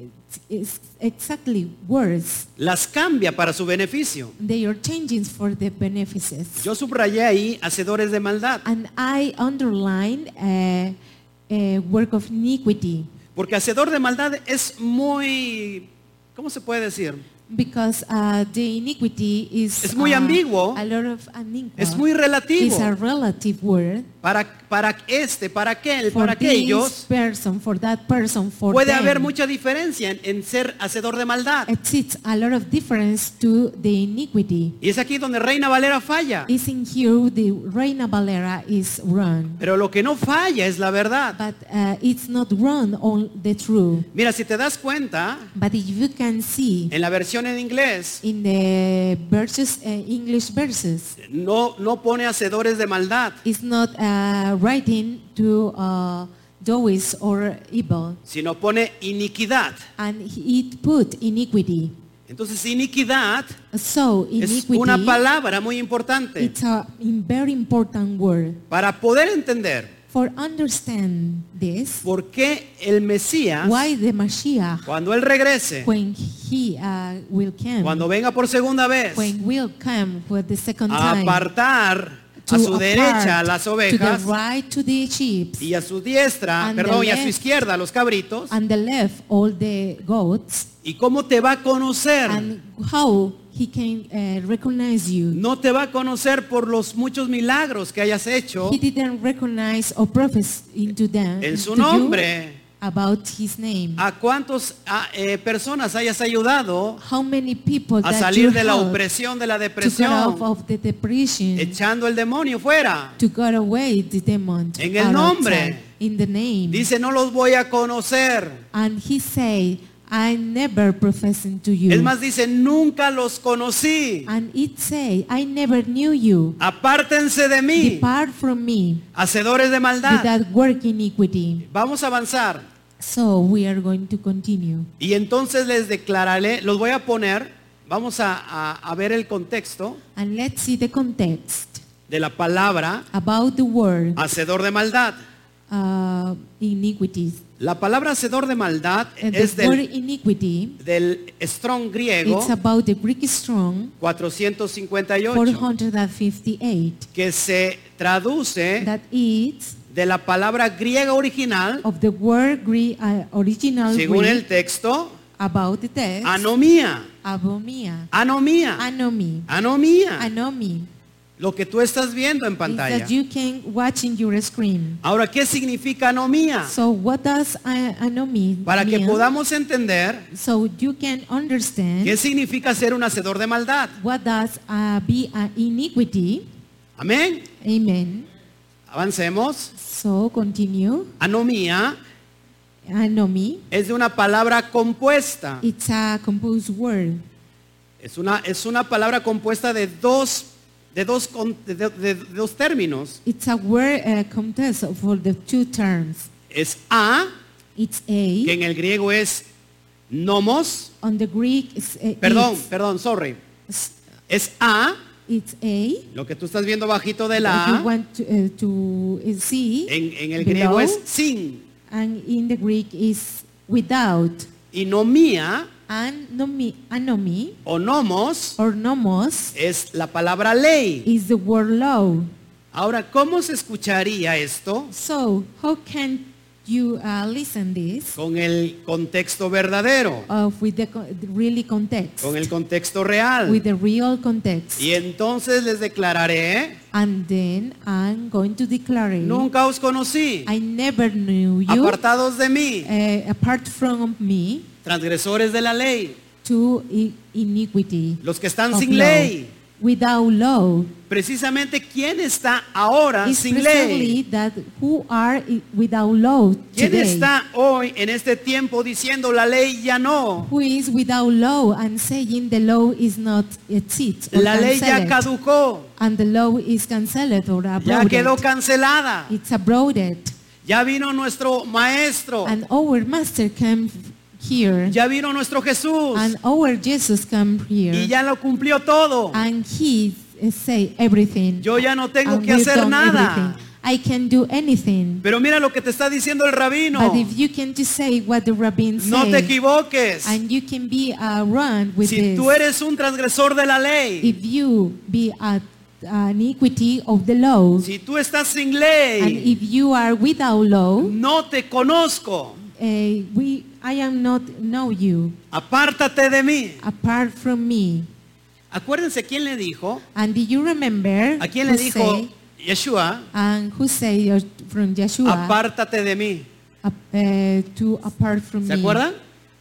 S2: is exactly words
S1: las cambia para su beneficio.
S2: they are changing for the benefices.
S1: Yo subrayé ahí, hacedores de maldad,
S2: And I underline uh, uh, work of iniquity.
S1: porque hacedor de maldad es muy, ¿cómo se puede decir?
S2: Because uh, the iniquity is
S1: Es muy
S2: uh,
S1: ambiguo.
S2: A lot of ambiguo.
S1: Es muy relativo.
S2: It's a relative word.
S1: Para, para este, para aquel,
S2: For
S1: para
S2: this
S1: aquellos,
S2: person, for that person, for
S1: puede
S2: them.
S1: haber mucha diferencia en, en ser hacedor de maldad.
S2: Exists a lot of difference to the iniquity.
S1: Y es aquí donde Reina Valera falla.
S2: It's in here the Reina Valera is wrong,
S1: Pero lo que no falla es la verdad.
S2: but uh, it's not wrong on the true.
S1: Mira, si te das cuenta,
S2: But if you can see
S1: en la versión en inglés
S2: in the verses, uh, English verses,
S1: no, no pone hacedores de maldad,
S2: it's not uh, writing to uh, dois or evil.
S1: sino pone iniquidad.
S2: and it put iniquity.
S1: Entonces, iniquidad
S2: So
S1: es
S2: iniquity
S1: una palabra muy importante
S2: it's a in- very important word.
S1: para poder entender
S2: For understand this,
S1: por qué el Mesías,
S2: why the Mashiach,
S1: cuando Él regrese,
S2: when he uh, will come,
S1: cuando venga por segunda vez,
S2: when will come for the second
S1: a
S2: time,
S1: apartar a su
S2: apart
S1: derecha a las
S2: to
S1: ovejas
S2: the right to the sheep,
S1: y a su diestra,
S2: And the
S1: perdón, y a su
S2: left.
S1: izquierda a los cabritos,
S2: and the left all the goats,
S1: y cómo te va a conocer.
S2: and how he can uh, recognize you.
S1: No te va a conocer por los muchos milagros que hayas hecho
S2: He didn't recognize or prophesy into them
S1: en su
S2: to you
S1: nombre.
S2: about his name.
S1: A cuántas personas hayas ayudado
S2: How many people
S1: a
S2: that you
S1: salir de la
S2: helped
S1: opresión, de la
S2: to get out
S1: depresión,
S2: of the depression,
S1: echando el demonio fuera.
S2: to get away the demon
S1: En el
S2: out of
S1: nombre.
S2: time, in the name.
S1: Dice, no los voy a conocer.
S2: and he said, I never professing to you.
S1: Es más, dice, nunca los conocí.
S2: and it said, I never knew you.
S1: Apártense de mí,
S2: Depart from me
S1: hacedores de
S2: with
S1: maldad.
S2: that work iniquity.
S1: Vamos a avanzar.
S2: So we are going to continue.
S1: Y entonces les declararé, los voy a poner Vamos a, a- a ver el contexto
S2: And let's see the context
S1: de la palabra
S2: about the word
S1: hacedor de maldad. Ah.
S2: uh, iniquities.
S1: La palabra hacedor de maldad
S2: And
S1: es
S2: the word
S1: del,
S2: iniquity,
S1: del strong griego
S2: it's about the Greek strong
S1: 458,
S2: 458.
S1: que se traduce
S2: That is
S1: de la palabra griega original,
S2: of the word Greek, uh, original
S1: según el Ah,
S2: Greek
S1: texto,
S2: about the text.
S1: anomía,
S2: Abomia.
S1: anomía,
S2: Anomi.
S1: anomía,
S2: Anomi.
S1: lo que tú estás viendo en
S2: Is
S1: Ah. pantalla.
S2: that you can watch in your screen.
S1: Ahora, ¿qué significa anomía?
S2: So what does uh, anomi
S1: Ah. Para que
S2: mean?
S1: podamos entender
S2: So you can understand
S1: qué significa ser un hacedor de maldad.
S2: what does uh, be an iniquity.
S1: Amén.
S2: Amen.
S1: Avancemos.
S2: So continue.
S1: Anomía
S2: Anomi.
S1: es de una palabra compuesta.
S2: It's a composed word.
S1: Es una, es una palabra compuesta de dos, de dos, con- de- de- de dos términos.
S2: It's a word uh, contest for the two terms.
S1: Es a,
S2: It's
S1: que
S2: a
S1: en el griego es nomos.
S2: on the Greek. It's a,
S1: Perdón, perdón, sorry.
S2: It's,
S1: Es a,
S2: it's a.
S1: lo que tú estás viendo bajito de
S2: If
S1: la
S2: you
S1: a.
S2: want to, uh, to uh, see
S1: En, en el
S2: below,
S1: griego es sin.
S2: and in the Greek is without
S1: Y nomía
S2: and nomi, anomi
S1: o nomos
S2: or nomos
S1: es la palabra ley.
S2: is the word law.
S1: Ahora, ¿cómo se escucharía esto
S2: So how can you uh, listen this
S1: con el contexto verdadero,
S2: of with the co- the really context
S1: con el contexto
S2: with
S1: real?
S2: the real context?
S1: Y entonces les declararé,
S2: And then I'm going to declare it.
S1: nunca os conocí,
S2: I never knew you
S1: apartados de mí,
S2: uh, apart from me
S1: transgresores de la ley,
S2: to i- iniquity.
S1: los que están
S2: of
S1: sin
S2: law.
S1: ley.
S2: Without law.
S1: Precisamente, ¿quién está ahora
S2: It's
S1: sin
S2: precisely
S1: ley?
S2: that who are i- without law
S1: ¿Quién
S2: today.
S1: está hoy en este tiempo diciendo la ley ya no?
S2: Who is without law and saying the law is not exist or
S1: La ley ya
S2: cancelled.
S1: caducó,
S2: And the law is cancelled or
S1: ya quedó
S2: abroaded.
S1: cancelada,
S2: It's abroaded.
S1: ya vino nuestro maestro,
S2: And our master came here.
S1: Oh. ya vino nuestro Jesús.
S2: And our Jesus came
S1: y
S2: here.
S1: ya lo cumplió todo.
S2: And he eh, say everything.
S1: Yo ya no tengo
S2: And
S1: que
S2: we've
S1: hacer
S2: done
S1: nada.
S2: everything. I can do anything.
S1: Pero mira lo que te está diciendo el rabino.
S2: But if you can just say what the rabbin
S1: No te
S2: say,
S1: equivoques.
S2: and you can be uh, run with
S1: Si
S2: this,
S1: tú eres un transgresor de la ley,
S2: if you be at an equity of the law,
S1: si tú estás sin
S2: and
S1: ley,
S2: if you are without law,
S1: no te conozco.
S2: eh, we, I am not know you
S1: Apártate de mí.
S2: apart from me.
S1: Acuérdense quién le dijo.
S2: And do you remember
S1: ¿A quién le
S2: who
S1: dijo
S2: say,
S1: Yeshua?
S2: and who say uh, from Yeshua
S1: Apártate de mí.
S2: ap- eh, to apart from
S1: ¿Se
S2: me?
S1: acuerdan?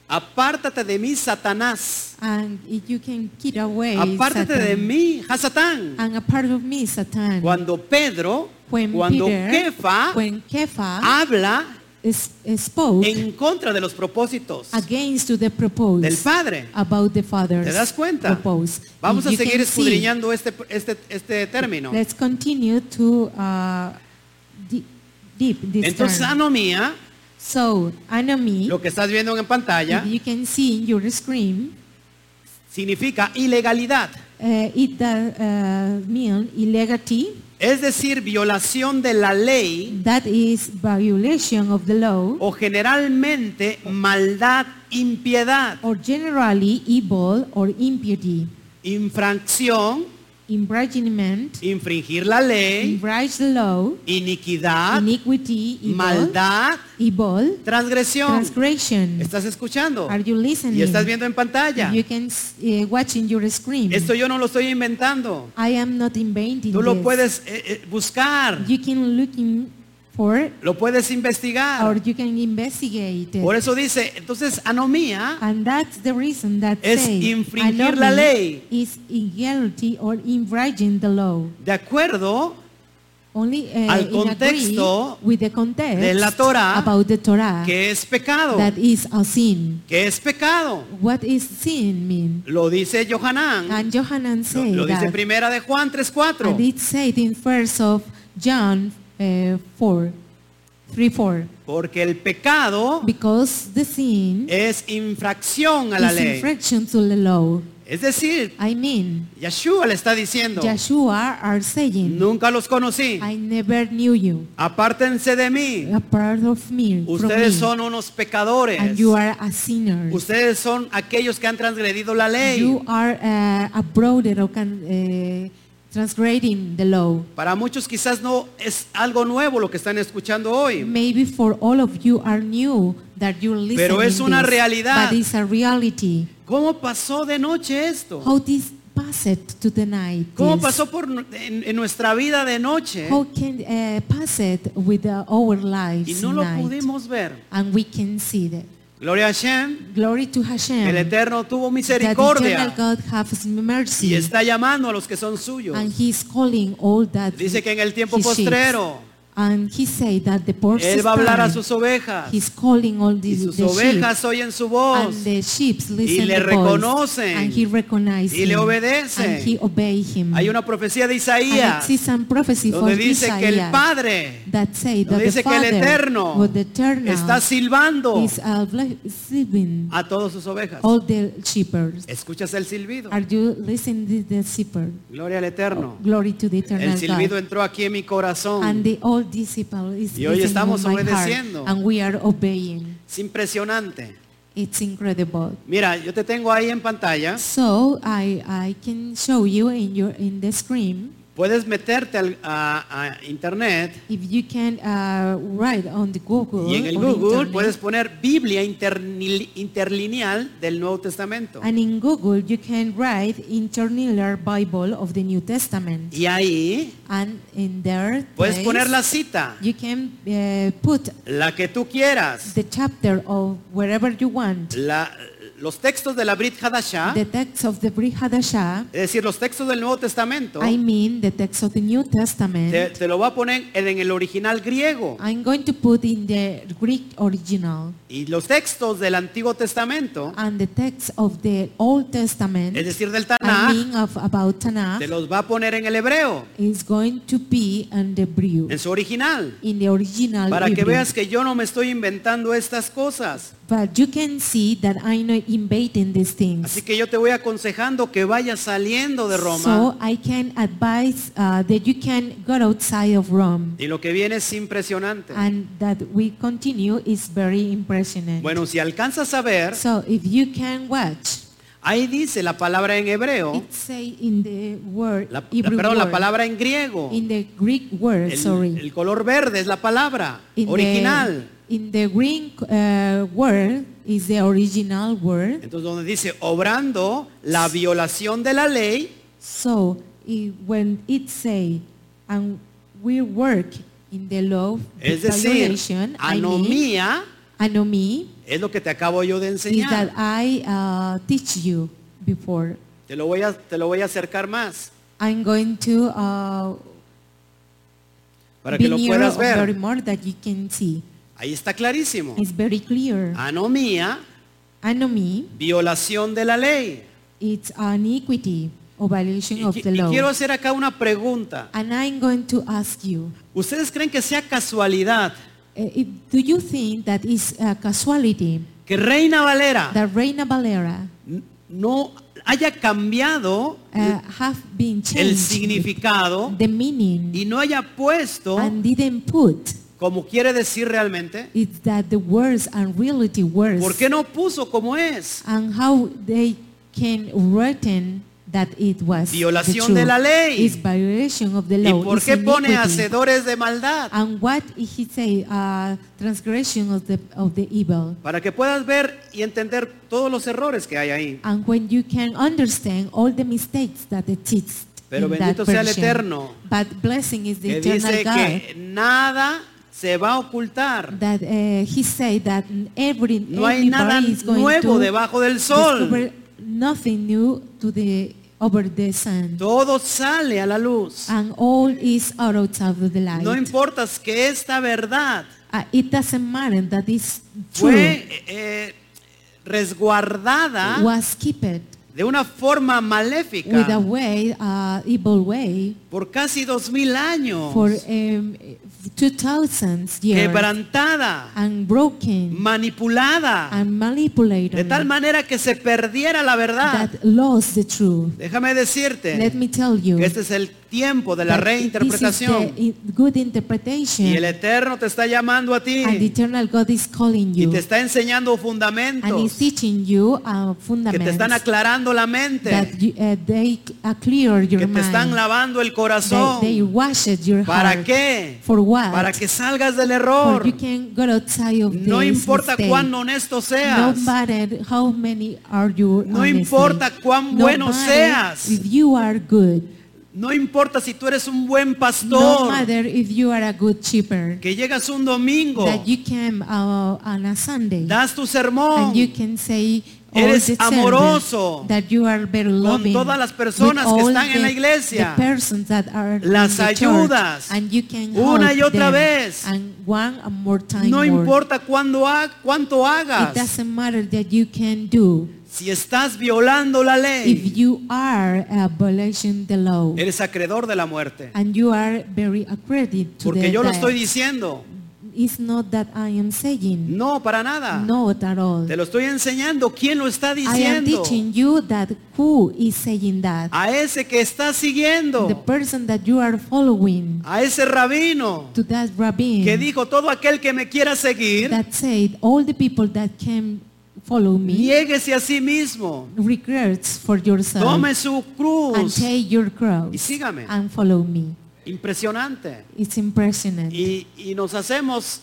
S1: Apártate de mí, Satanás.
S2: And if you can get away,
S1: Apártate
S2: Satan.
S1: de mí, Hasatán.
S2: And apart of me, Satan.
S1: Cuando Pedro,
S2: when
S1: cuando
S2: Peter,
S1: Kefa
S2: when Kefa
S1: habla
S2: is- spoke
S1: en contra de los propósitos
S2: against to
S1: del
S2: the proposed
S1: Paded.
S2: about the father's
S1: ¿Te das cuenta?
S2: propose.
S1: Vamos a
S2: You
S1: seguir
S2: can see.
S1: escudriñando este, este, este término.
S2: Let's continue to uh, di- deep this
S1: Entonces,
S2: term.
S1: anomía,
S2: So, anomy,
S1: lo que estás viendo en pantalla,
S2: if you can see in your screen,
S1: significa ilegalidad,
S2: uh, it does uh, mean illegality,
S1: es decir, violación de la ley
S2: that is violation of the law,
S1: o generalmente maldad, impiedad,
S2: or generally evil or impiety,
S1: infracción,
S2: imprisonment,
S1: infringir la ley,
S2: infringe the law,
S1: iniquidad,
S2: iniquity, evil,
S1: maldad,
S2: evil,
S1: transgresión.
S2: transgression.
S1: ¿Estás escuchando?
S2: Are you listening?
S1: Y estás viendo en pantalla.
S2: You can uh, watch in your screen.
S1: Esto yo no lo estoy inventando.
S2: I am not inventing
S1: Tú lo
S2: this.
S1: puedes eh, eh, buscar,
S2: You can look in for
S1: lo puedes
S2: or
S1: investigar.
S2: you can investigate it.
S1: Por eso dice, entonces anomía
S2: And that's the reason that
S1: Es
S2: say,
S1: infringir la
S2: anomaly
S1: ley.
S2: is illegality or infringing the law.
S1: de acuerdo
S2: Only uh,
S1: Al
S2: in agree
S1: contexto
S2: with the context
S1: de la Torah,
S2: about the Torah
S1: que es pecado.
S2: Ah. that is a sin.
S1: Que es pecado.
S2: What is sin mean?
S1: Lo dice Johanán.
S2: And Johanan
S1: Lo,
S2: said
S1: lo dice
S2: that
S1: primera de Juan
S2: And
S1: 3:4.
S2: it said in first of John uh, 4, 3, 4,
S1: Porque el pecado
S2: because the sin
S1: es infracción a la
S2: is
S1: ley.
S2: infraction to the law.
S1: Es decir,
S2: I mean,
S1: Yeshua le está diciendo,
S2: Yeshua are saying,
S1: nunca los conocí.
S2: I never knew you.
S1: Apártense de mí.
S2: A part of me, from
S1: Ustedes
S2: me,
S1: son unos pecadores.
S2: and you are a sinner.
S1: Ustedes son aquellos que han transgredido la ley.
S2: Mm. You are uh, abroad or can, uh, transgrading the law.
S1: Para muchos quizás no es algo nuevo lo que están escuchando hoy.
S2: Maybe for all of you are new that you're listening.
S1: Pero es una
S2: this,
S1: realidad.
S2: But it's a reality.
S1: ¿Cómo pasó de noche esto?
S2: How this passed to the night.
S1: ¿Cómo
S2: this?
S1: pasó por, en, en nuestra vida de noche
S2: How can uh, pass it with uh, our lives
S1: y no lo
S2: night?
S1: pudimos ver?
S2: And we can see that.
S1: Gloria a Hashem,
S2: Glory to Hashem.
S1: el Eterno tuvo
S2: that eternal
S1: misericordia
S2: God has mercy.
S1: y está llamando a los que son suyos.
S2: And he is calling all that
S1: Dice que en el tiempo
S2: his sheep.
S1: postrero
S2: And he said that the poor
S1: Él va a hablar a sus ovejas
S2: He's calling all
S1: y
S2: these
S1: sus
S2: the sheep.
S1: ovejas oyen su voz.
S2: And the sheep listen
S1: le
S2: the voice,
S1: reconocen.
S2: and he recognizes
S1: Y le obedecen.
S2: And he obey him.
S1: Hay una profecía de Isaías
S2: and it is some prophecy for
S1: donde dice que el
S2: Isaiah
S1: Padre,
S2: that say that
S1: donde
S2: the
S1: dice que el
S2: Father
S1: Eterno
S2: with the eternal
S1: está silbando
S2: is uh, bl- saving
S1: a todas sus ovejas.
S2: all the shepherds.
S1: ¿Escuchas el silbido?
S2: Are you listening to the shepherd?
S1: Gloria al Eterno.
S2: Glory to the eternal
S1: El silbido
S2: God.
S1: entró aquí en mi
S2: And
S1: corazón.
S2: the old disciple is
S1: Y hoy
S2: listening
S1: estamos
S2: in my heart,
S1: obedeciendo.
S2: and we are obeying.
S1: Es impresionante.
S2: It's incredible.
S1: Mira, yo te tengo ahí en pantalla.
S2: So I, I can show you in your in the screen
S1: Puedes meterte al- a, a internet
S2: if you can uh, write on the Google.
S1: y en el
S2: or
S1: Google
S2: internet.
S1: puedes poner Biblia internil- interlineal del Nuevo Testamento.
S2: And in Google you can write interlinear Bible of the New Testament.
S1: Y ahí
S2: And in there
S1: puedes
S2: place,
S1: poner la cita,
S2: you can uh, put
S1: la que tú quieras,
S2: the chapter of wherever you want.
S1: la- los textos de la Brit Hadashah,
S2: The text of the Brihadashah,
S1: es decir, los textos del Nuevo Testamento,
S2: I mean the text of the New Testament.
S1: te, te lo va a poner en, en el original griego.
S2: I'm going to put in the Greek original.
S1: Y los textos del Antiguo Testamento,
S2: and the text of the Old Testament,
S1: es decir, del
S2: I
S1: Tanakh,
S2: mean of about
S1: te
S2: Tanakh,
S1: los va a poner en el hebreo,
S2: is going to be in the Hebrew,
S1: en su original,
S2: in the original
S1: para que
S2: Hebrew.
S1: veas que yo no me estoy inventando estas cosas.
S2: But you can see that I'm not invading these
S1: Así
S2: things.
S1: que yo te voy aconsejando que vayas saliendo de Roma.
S2: So I can advise uh, that you can go outside of Rome,
S1: Y lo que viene es impresionante.
S2: and that we continue is very impressionant.
S1: Bueno, si alcanzas a ver,
S2: so if you can watch,
S1: ahí dice la palabra en hebreo,
S2: it say in the word
S1: la, la-
S2: Hebrew
S1: perdón, la
S2: word,
S1: palabra en griego.
S2: in the Greek word,
S1: El,
S2: sorry.
S1: el color verde es la palabra
S2: In
S1: original.
S2: The, in the green uh, word is the original word.
S1: Entonces donde dice obrando la violación de la ley,
S2: So i- when it say and we work in the law of
S1: es decir,
S2: violation, I mean
S1: anomía
S2: anomy
S1: es lo que te acabo yo de
S2: is that
S1: enseñar.
S2: I uh, teach you before.
S1: Te lo voy a te lo voy a acercar más
S2: I'm going to uh,
S1: para
S2: be
S1: que lo
S2: near
S1: puedas
S2: or very
S1: ver.
S2: more that you can see.
S1: Ahí está clarísimo.
S2: It's very clear.
S1: Anomía,
S2: Anomy
S1: violación de la ley.
S2: it's an equity or violation
S1: Y,
S2: of
S1: qui-
S2: the
S1: y
S2: law.
S1: quiero hacer acá una pregunta.
S2: And I'm going to ask you,
S1: ¿Ustedes creen que sea casualidad
S2: uh, if- do you think that is a casualty
S1: que Reina Valera
S2: that Reina Valera
S1: n- no haya cambiado
S2: uh, have been
S1: el
S2: changed
S1: significado
S2: the meaning
S1: y no haya puesto,
S2: and didn't put
S1: como quiere decir realmente,
S2: it's that the words and reality words
S1: ¿por qué no puso como es?
S2: and how they can written that it was the
S1: Violación
S2: truth.
S1: de la ley.
S2: It's violation of the
S1: ¿Y
S2: law.
S1: por
S2: It's
S1: qué pone
S2: iniquity.
S1: hacedores de maldad?
S2: And what he say uh, transgression of the of the evil.
S1: Para que puedas ver y entender todos los errores que hay ahí.
S2: And when you can understand all the mistakes that exist
S1: Pero
S2: in that
S1: bendito sea el
S2: version.
S1: Eterno,
S2: But blessing is the
S1: Que
S2: eternal
S1: dice
S2: God.
S1: que nada se va a ocultar.
S2: That uh, he said that every
S1: No hay nada
S2: everybody is going
S1: nuevo
S2: to
S1: debajo del sol.
S2: discover nothing new to the over the sun,
S1: Todo sale a la luz.
S2: and all is out of the light.
S1: No importa que esta verdad
S2: Uh, it doesn't matter that is true
S1: fue eh, eh, resguardada
S2: was kept
S1: de una forma maléfica
S2: with a way, uh, evil way,
S1: por casi dos mil años,
S2: for um, 2000 years
S1: quebrantada,
S2: and broken
S1: manipulada,
S2: and manipulated
S1: de tal manera que se perdiera la verdad.
S2: that lost the truth.
S1: Déjame
S2: Let
S1: decirte
S2: me tell you,
S1: que este es el tiempo de la
S2: that this is the
S1: reinterpretación
S2: i- good
S1: y el
S2: interpretation
S1: Eterno te está llamando a
S2: and the
S1: ti
S2: eternal God is calling
S1: y
S2: you
S1: te está enseñando
S2: and is
S1: fundamentos
S2: teaching you uh,
S1: que te
S2: fundaments
S1: están aclarando la mente,
S2: that you, uh, they uh, clear your
S1: que te están
S2: mind.
S1: lavando el
S2: They, they
S1: corazón.
S2: wash it your
S1: ¿Para
S2: heart.
S1: qué?
S2: For what?
S1: Para que salgas del
S2: For
S1: error.
S2: you can go outside of
S1: No
S2: this
S1: importa
S2: mistake.
S1: cuán honesto
S2: No
S1: seas.
S2: matter how many are you
S1: No
S2: honestly.
S1: importa cuán
S2: No
S1: bueno
S2: matter
S1: seas.
S2: If you are good.
S1: No importa si tú eres un buen
S2: No
S1: pastor,
S2: matter if you are a good shepherd.
S1: que llegas un domingo,
S2: That you came uh, on a Sunday.
S1: das tu sermón
S2: And you can say all
S1: Eres
S2: the servants
S1: amoroso
S2: that you are very loving
S1: todas las personas que
S2: with all
S1: están en la
S2: the-
S1: iglesia.
S2: the persons that are in
S1: Las
S2: the church,
S1: ayudas
S2: and you can
S1: una
S2: help
S1: y otra
S2: them,
S1: vez.
S2: and one and more time
S1: no
S2: more.
S1: importa cuándo ha- cuánto
S2: It
S1: hagas,
S2: doesn't matter that you can do
S1: si estás violando la
S2: if
S1: ley,
S2: you are a violation the law
S1: eres acreedor de la muerte.
S2: and you are very accredited to
S1: Porque
S2: the
S1: yo lo
S2: death.
S1: estoy diciendo,
S2: It's not that I am saying
S1: no, para nada.
S2: not at all.
S1: Te lo estoy enseñando, ¿quién lo está
S2: I am
S1: diciendo?
S2: teaching you that who is saying that
S1: A ese que está
S2: the
S1: siguiendo,
S2: person that you are following
S1: a ese rabino
S2: to that rabbin
S1: que dijo, todo aquel que me quiera seguir,
S2: that said all the people that can follow me
S1: niéguese a sí mismo.
S2: regrets for yourself
S1: Tome su
S2: and
S1: cruz.
S2: take your cross
S1: Y sígame.
S2: and follow me
S1: Impresionante.
S2: it's impressionant
S1: Y, y nos hacemos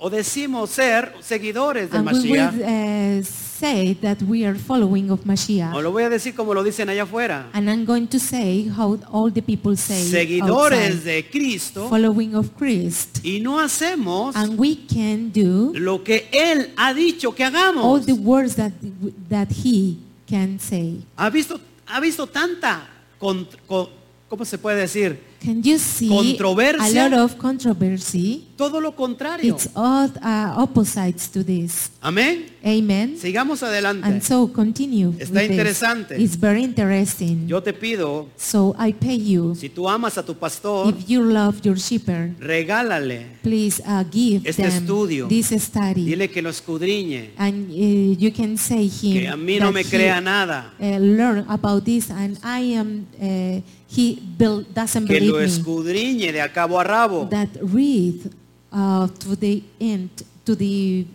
S1: o decimos ser seguidores del
S2: and we
S1: Mashiach.
S2: will uh, say that we are following of
S1: O
S2: Mashiach
S1: lo voy a decir como lo dicen allá afuera.
S2: and I'm going to say how all the people say
S1: Seguidores
S2: outside,
S1: de Cristo.
S2: following of Christ
S1: Y no hacemos
S2: and we can do
S1: lo que Él ha dicho que
S2: all
S1: hagamos.
S2: the words that that he can say
S1: Ha visto, ha visto tanta, con- con- ¿cómo se puede decir?
S2: Can you see
S1: Controversia.
S2: a lot of controversy?
S1: Todo lo contrario.
S2: It's all uh, opposites to this.
S1: Amén.
S2: Amen.
S1: Sigamos adelante.
S2: And so continue.
S1: Está
S2: with this.
S1: interesante.
S2: It's very interesting.
S1: Yo te pido,
S2: so I pay you.
S1: si tú amas a tu pastor,
S2: If you love your shepherd,
S1: regálale.
S2: please uh, give
S1: Este
S2: them
S1: estudio.
S2: this study.
S1: Dile que lo escudriñe.
S2: and uh, you can say him
S1: Que a mí no
S2: that
S1: me
S2: he,
S1: crea nada.
S2: uh, learn about this and I am uh, he bel- doesn't
S1: Que
S2: believe
S1: lo
S2: me.
S1: escudriñe de a cabo a rabo.
S2: that read uh, to the end, to the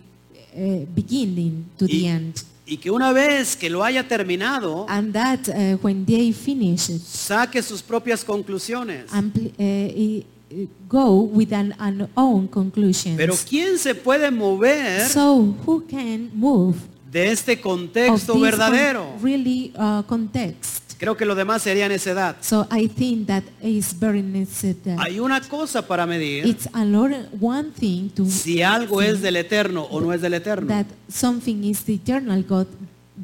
S2: uh, beginning, to the
S1: Y-
S2: end.
S1: Y que una vez que lo haya terminado,
S2: And that uh, when they finish it,
S1: saque sus propias conclusiones.
S2: and pl- uh, uh, go with an, an own conclusion.
S1: Pero ¿quién se puede mover
S2: So who can move
S1: de este
S2: of
S1: contexto
S2: this
S1: verdadero?
S2: con- really uh, context?
S1: Creo que lo demás sería necedad.
S2: So I think that is very necessary.
S1: Hay una cosa para medir
S2: It's a lot, one thing to
S1: si algo es del eterno o no es del eterno.
S2: that something is the eternal God,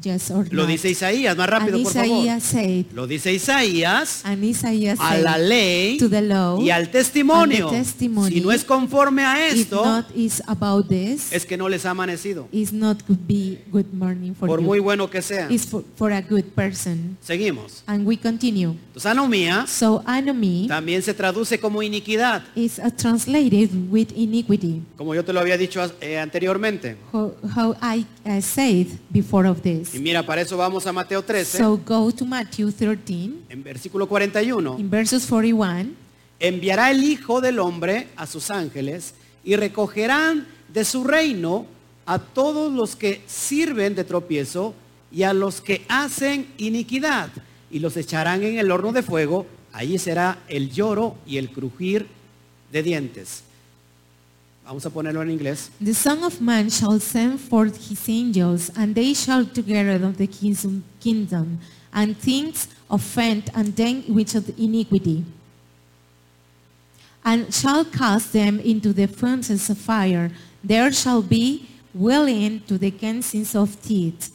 S2: yes or
S1: Lo
S2: not.
S1: dice Isaías, más rápido
S2: and
S1: por favor.
S2: Isaiah said,
S1: Lo dice Isaías
S2: and Isaiah
S1: a
S2: said,
S1: la ley
S2: Ah, to the law,
S1: y al testimonio.
S2: and the testimony.
S1: Si no es conforme a
S2: if
S1: esto,
S2: not is about this,
S1: es que no les ha amanecido,
S2: is not could be good morning for
S1: por
S2: you.
S1: muy bueno que sea.
S2: It's for, for a good person.
S1: Seguimos.
S2: And we continue.
S1: Entonces, anomía
S2: So anomy
S1: también se traduce como iniquidad,
S2: is uh, translated with iniquity.
S1: como yo te lo había dicho eh, anteriormente.
S2: How, how I uh, said before of
S1: Y
S2: this.
S1: mira, para eso vamos a Mateo 13,
S2: So go to Matthew 13
S1: en versículo 41.
S2: in verses 41.
S1: Enviará el Hijo del Hombre a sus ángeles y recogerán de su reino a todos los que sirven de tropiezo y a los que hacen iniquidad y los echarán en el horno de fuego. Allí será el lloro y el crujir de dientes. Vamos a ponerlo en inglés.
S2: The Son of Man shall send forth his angels, and they shall together of the kingdom, kingdom, and things offend and then which of iniquity, and shall cast them into the furnaces of fire. There shall be wailing to the cleansings of teeth.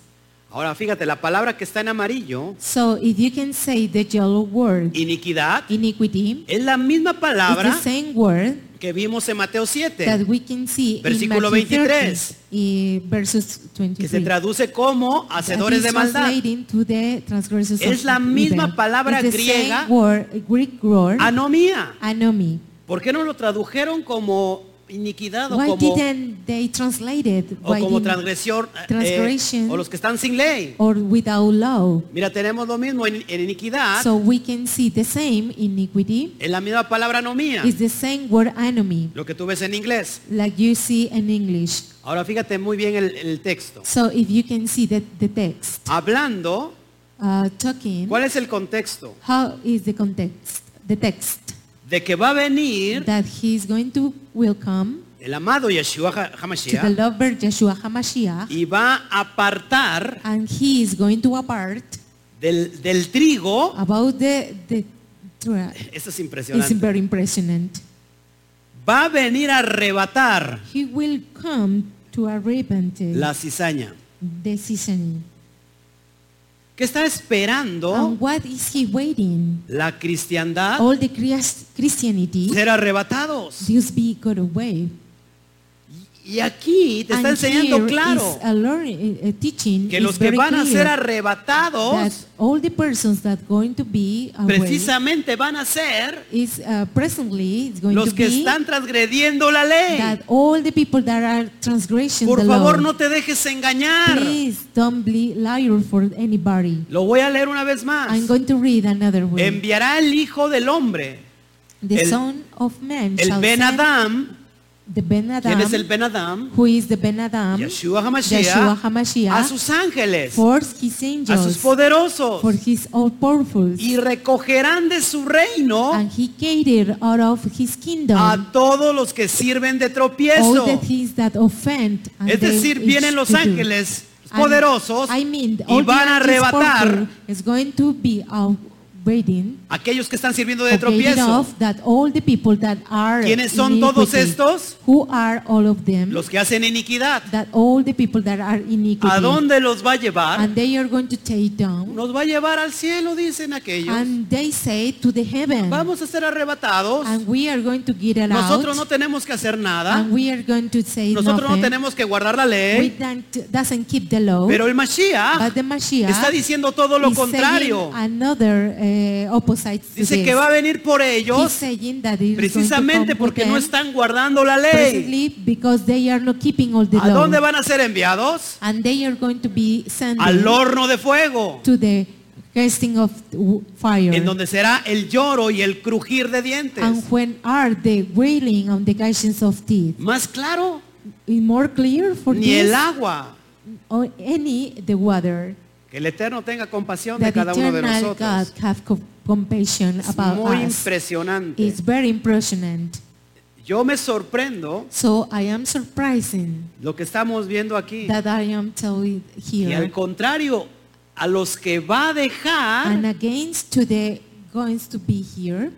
S1: Ahora fíjate, la palabra que está en amarillo,
S2: So if you can say the yellow word,
S1: iniquidad,
S2: iniquity,
S1: es la misma
S2: it's the
S1: palabra
S2: same word
S1: que vimos en Mateo 7,
S2: that we can see
S1: Versículo
S2: in Matthew eh,
S1: 23.
S2: 30 y versus
S1: que
S2: 23.
S1: se traduce como
S2: that
S1: hacedores
S2: is
S1: de maldad.
S2: translating to the transgressors
S1: Es
S2: of
S1: la misma
S2: evil.
S1: palabra
S2: It's the same
S1: griega.
S2: word, Greek word,
S1: Anomía.
S2: anomy.
S1: Ah, ¿Por qué no lo tradujeron como iniquidad o
S2: Why
S1: como,
S2: didn't they translate it?
S1: o
S2: Why
S1: como
S2: didn't-
S1: transgresión? eh,
S2: transgression? Oh.
S1: o los que están sin ley.
S2: or without law.
S1: Mira, tenemos lo mismo en, en iniquidad.
S2: So we can see the same iniquity
S1: en la misma palabra anomía.
S2: is the same word anomy,
S1: Lo que tú ves en inglés.
S2: like you see in English.
S1: Ahora fíjate muy bien el, el texto.
S2: So if you can see the, the text,
S1: Hablando,
S2: uh, talking,
S1: ¿cuál es el contexto?
S2: how is the context? The text
S1: De que va a venir
S2: that he is going to welcome
S1: el amado Yeshua Ha-
S2: to the
S1: Hamashiach
S2: lover Yeshua HaMashiach,
S1: y va a apartar
S2: and he is going to apart
S1: del, del trigo.
S2: about the the. tra-
S1: Esto es
S2: Ah. It's
S1: impresionante.
S2: very impressionant.
S1: Va a venir a arrebatar
S2: He will come to a repentant
S1: la cizaña.
S2: decision.
S1: ¿Qué está esperando
S2: And what is he waiting?
S1: la cristiandad?
S2: All the Christ- Christianity
S1: Ser arrebatados.
S2: just be got away.
S1: Y aquí te está
S2: And
S1: enseñando
S2: here
S1: claro
S2: is a learning, a teaching
S1: que
S2: is
S1: los que
S2: very
S1: van a
S2: clear
S1: ser arrebatados
S2: that ah, all the persons that going to be away
S1: precisamente van a ser
S2: is uh, presently is going
S1: los
S2: to
S1: que
S2: be
S1: están transgrediendo la ley.
S2: that all the people that are transgression
S1: Por
S2: the
S1: favor,
S2: law,
S1: no te dejes engañar.
S2: please don't be liar for anybody.
S1: Lo voy a leer una vez más.
S2: I'm going to read another one.
S1: Enviará el Hijo del Hombre,
S2: the
S1: el-
S2: son of man
S1: el
S2: shall
S1: Ben
S2: send
S1: Adam.
S2: the Ben
S1: ¿Quién
S2: Adam,
S1: es el Ben Adam?
S2: who is the Ben Adam,
S1: Yeshua
S2: Yeshua
S1: HaMashiach.
S2: HaMashiach,
S1: A sus ángeles,
S2: for his
S1: a sus
S2: angels,
S1: poderosos.
S2: for his all powerful,
S1: Y recogerán de su reino
S2: and he catered out of his kingdom
S1: a todos los que sirven de
S2: all
S1: tropiezo.
S2: the things that offend. And
S1: Es
S2: they
S1: decir,
S2: wish
S1: vienen los
S2: to do.
S1: ángeles
S2: And
S1: poderosos
S2: I mean,
S1: y
S2: all the
S1: van a
S2: angels
S1: arrebatar
S2: powerful is going to be out waiting.
S1: a aquellos que están sirviendo de
S2: of getting
S1: tropiezo.
S2: off that all the people that are
S1: ¿Quiénes son todos
S2: iniquity,
S1: estos?
S2: Who are all of them?
S1: Los que hacen iniquidad.
S2: that all the people that are iniquity
S1: ¿A dónde los va a llevar?
S2: and they are going to take down
S1: Nos va a llevar al cielo, dicen aquellos.
S2: and they say to the heaven
S1: Vamos a ser arrebatados.
S2: and we are going to get it
S1: Nosotros no
S2: out
S1: tenemos que hacer nada.
S2: and we are going to say
S1: Nosotros no
S2: nothing.
S1: tenemos que guardar la
S2: we
S1: ley.
S2: don't, doesn't keep the law
S1: Pero el Mashiach
S2: but the Mashiach
S1: está diciendo todo lo
S2: is saying
S1: contrario.
S2: another eh, opposite to
S1: Dice
S2: this.
S1: que va a venir por
S2: He's
S1: ellos
S2: saying that it is going to
S1: precisamente
S2: come for
S1: porque no
S2: them
S1: están guardando la ley.
S2: presently because they are not keeping all the
S1: ¿A
S2: law
S1: dónde van a ser enviados?
S2: and they are going to be sent
S1: Al horno de fuego,
S2: to the casting of w- fire
S1: en donde será el lloro y el crujir de dientes.
S2: And when are the wailing on the guidance of teeth?
S1: Más claro,
S2: Is more clear for
S1: ni
S2: this
S1: el agua.
S2: or any the water
S1: Que el Eterno tenga compasión de
S2: that
S1: cada uno de
S2: eternal God
S1: nosotros.
S2: have co- compassion
S1: Es
S2: about
S1: muy
S2: us.
S1: impresionante.
S2: It's very impressionant.
S1: Yo me sorprendo
S2: So I am surprising
S1: lo que estamos viendo aquí.
S2: that I am telling
S1: Y al
S2: here
S1: contrario, a los que va a dejar
S2: and against to the goings to be here,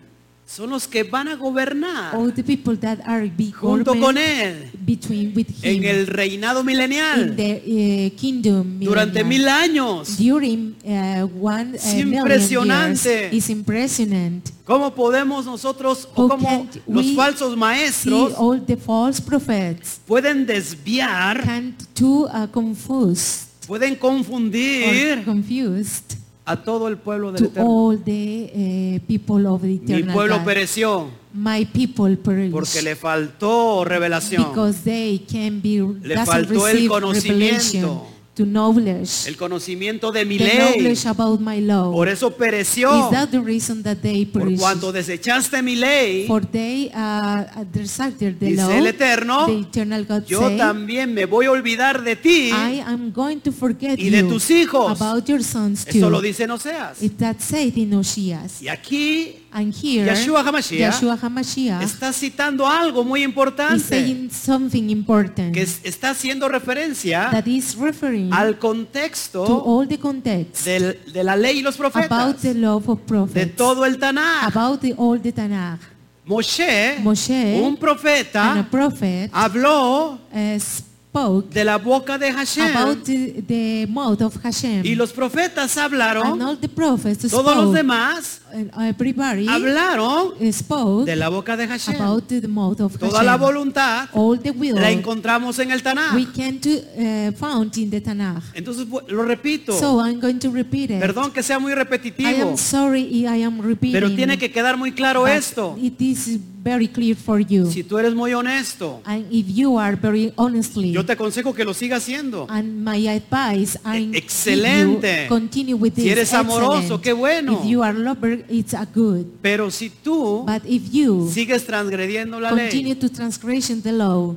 S1: son los que van a gobernar
S2: all the people that are be
S1: Ah. junto
S2: government
S1: con Él
S2: between with
S1: en
S2: him
S1: el reinado
S2: in
S1: milenial
S2: the uh, kingdom
S1: durante
S2: millennial.
S1: mil años.
S2: during uh, one
S1: Es
S2: uh, million
S1: impresionante.
S2: years is impressionant.
S1: ¿Cómo podemos nosotros o
S2: How
S1: cómo
S2: can
S1: los
S2: we
S1: falsos
S2: See
S1: maestros
S2: all the false prophets
S1: pueden desviar,
S2: can too uh, confuse
S1: pueden
S2: or
S1: confundir
S2: confused
S1: a todo el pueblo del
S2: to
S1: Eterno?
S2: all the uh, people of the
S1: Mi
S2: eternal
S1: pueblo
S2: God.
S1: pereció
S2: My people
S1: porque
S2: perish
S1: le faltó revelación.
S2: because they can be
S1: Le
S2: doesn't
S1: faltó el
S2: receive revelation
S1: conocimiento.
S2: to knowledge,
S1: El conocimiento de mi
S2: the
S1: ley.
S2: knowledge about my law.
S1: Por eso pereció.
S2: Is that the reason that they
S1: Por
S2: perish?
S1: cuanto desechaste mi ley,
S2: For they uh, deserted the
S1: Dice
S2: law,
S1: el Eterno,
S2: the eternal God
S1: yo
S2: say,
S1: también me voy a olvidar de ti.
S2: I am going to forget
S1: y de
S2: you
S1: tus hijos.
S2: about your sons too.
S1: Eso lo dice en Oseas.
S2: If that said in Oseas.
S1: Y aquí
S2: And here,
S1: Yeshua HaMashiach
S2: Yeshua HaMashiach
S1: está citando algo muy
S2: is
S1: importante
S2: saying something important
S1: que es- está haciendo referencia
S2: that is referring
S1: al
S2: to
S1: contexto
S2: all the context
S1: del- de la ley y los
S2: about
S1: profetas,
S2: the law of prophets,
S1: de todo el Tanakh.
S2: about the all the Tanakh.
S1: Moshe,
S2: Moshe,
S1: un
S2: And a
S1: profeta,
S2: prophet
S1: habló
S2: uh, s- spoke
S1: de la boca de
S2: about
S1: Hashem.
S2: the, the mouth of Hashem.
S1: Y los profetas
S2: and
S1: hablaron,
S2: all the prophets spoke,
S1: todos los demás
S2: and everybody
S1: hablaron
S2: eh, spoke
S1: de la boca de Hashem.
S2: about the mouth of
S1: Toda
S2: Hashem.
S1: la voluntad
S2: all the will
S1: la encontramos en el Tanakh.
S2: we can do, uh, found in the Tanakh.
S1: Entonces, bu- lo repito,
S2: So I'm going to repeat it.
S1: perdón que sea muy
S2: I
S1: repetitivo,
S2: am sorry if I am repeating.
S1: pero tiene que quedar muy claro
S2: but
S1: esto.
S2: It is very clear for you.
S1: Si tú eres muy honesto,
S2: and if you are very honestly
S1: yo te aconsejo que lo sigas haciendo.
S2: and my advice I give you,
S1: Excelente.
S2: continue with
S1: Si
S2: this.
S1: eres amoroso,
S2: excellent.
S1: qué bueno.
S2: If you are lover, it's a good.
S1: Pero si tú
S2: But if you
S1: sigues transgrediendo la
S2: continue
S1: ley,
S2: to transgression the law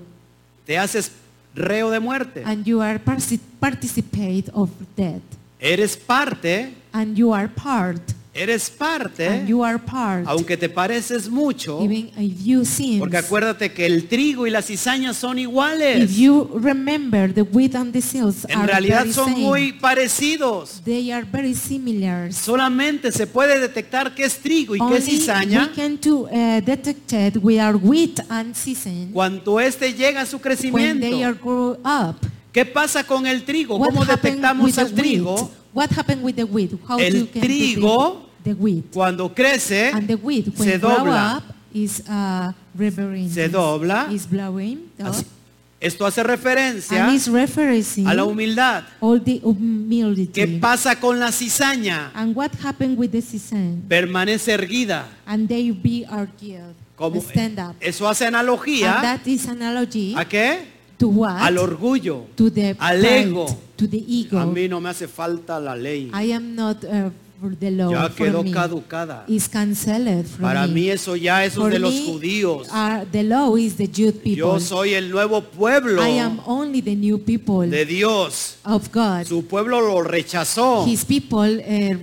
S1: te haces reo de muerte.
S2: and you are parti- participate of death
S1: Eres parte,
S2: and you are part
S1: eres parte,
S2: and you are part
S1: aunque te pareces mucho,
S2: even if you sin
S1: porque acuérdate que el trigo y la cizaña son
S2: if
S1: iguales.
S2: you remember the wheat and the seals
S1: En
S2: are
S1: realidad
S2: very
S1: son
S2: same.
S1: muy parecidos.
S2: they are very similar
S1: Solamente se puede detectar qué es trigo y qué
S2: only
S1: es cizaña
S2: we can to, uh, detect it we are wheat and season
S1: cuando éste llega a su
S2: when they are
S1: crecimiento.
S2: grow up
S1: ¿Qué pasa con el trigo?
S2: what
S1: ¿Cómo
S2: happened with
S1: detectamos
S2: the
S1: el trigo?
S2: wheat what happened with the wheat how
S1: El
S2: you can
S1: trigo-
S2: detect the wheat
S1: Cuando crece,
S2: And the wind when
S1: ¿Eh? se
S2: blow
S1: dobla.
S2: up is uh, reverberating.
S1: Se dobla.
S2: Is blowing. up.
S1: Así- Esto hace referencia
S2: and is referencing
S1: a la humildad.
S2: all the humility.
S1: ¿Qué pasa con la cizaña?
S2: and what happened with the season?
S1: Permanece erguida.
S2: And they be argued.
S1: Como-
S2: stand up.
S1: Eso hace
S2: and
S1: analogía
S2: that is analogy
S1: a qué?
S2: to what?
S1: Al orgullo.
S2: to the
S1: al
S2: pride,
S1: ego.
S2: To the ego.
S1: A mí no me hace falta la ley.
S2: I am not uh, for the law.
S1: Ya
S2: for
S1: quedó
S2: me.
S1: caducada.
S2: Is cancelled from
S1: Para
S2: me.
S1: mí eso ya eso
S2: For
S1: es de los
S2: me,
S1: judíos.
S2: are- the law is the Jew ah, people.
S1: Yo soy el nuevo pueblo
S2: I am only the new people
S1: de Dios.
S2: of God.
S1: Su pueblo lo rechazó
S2: His people uh,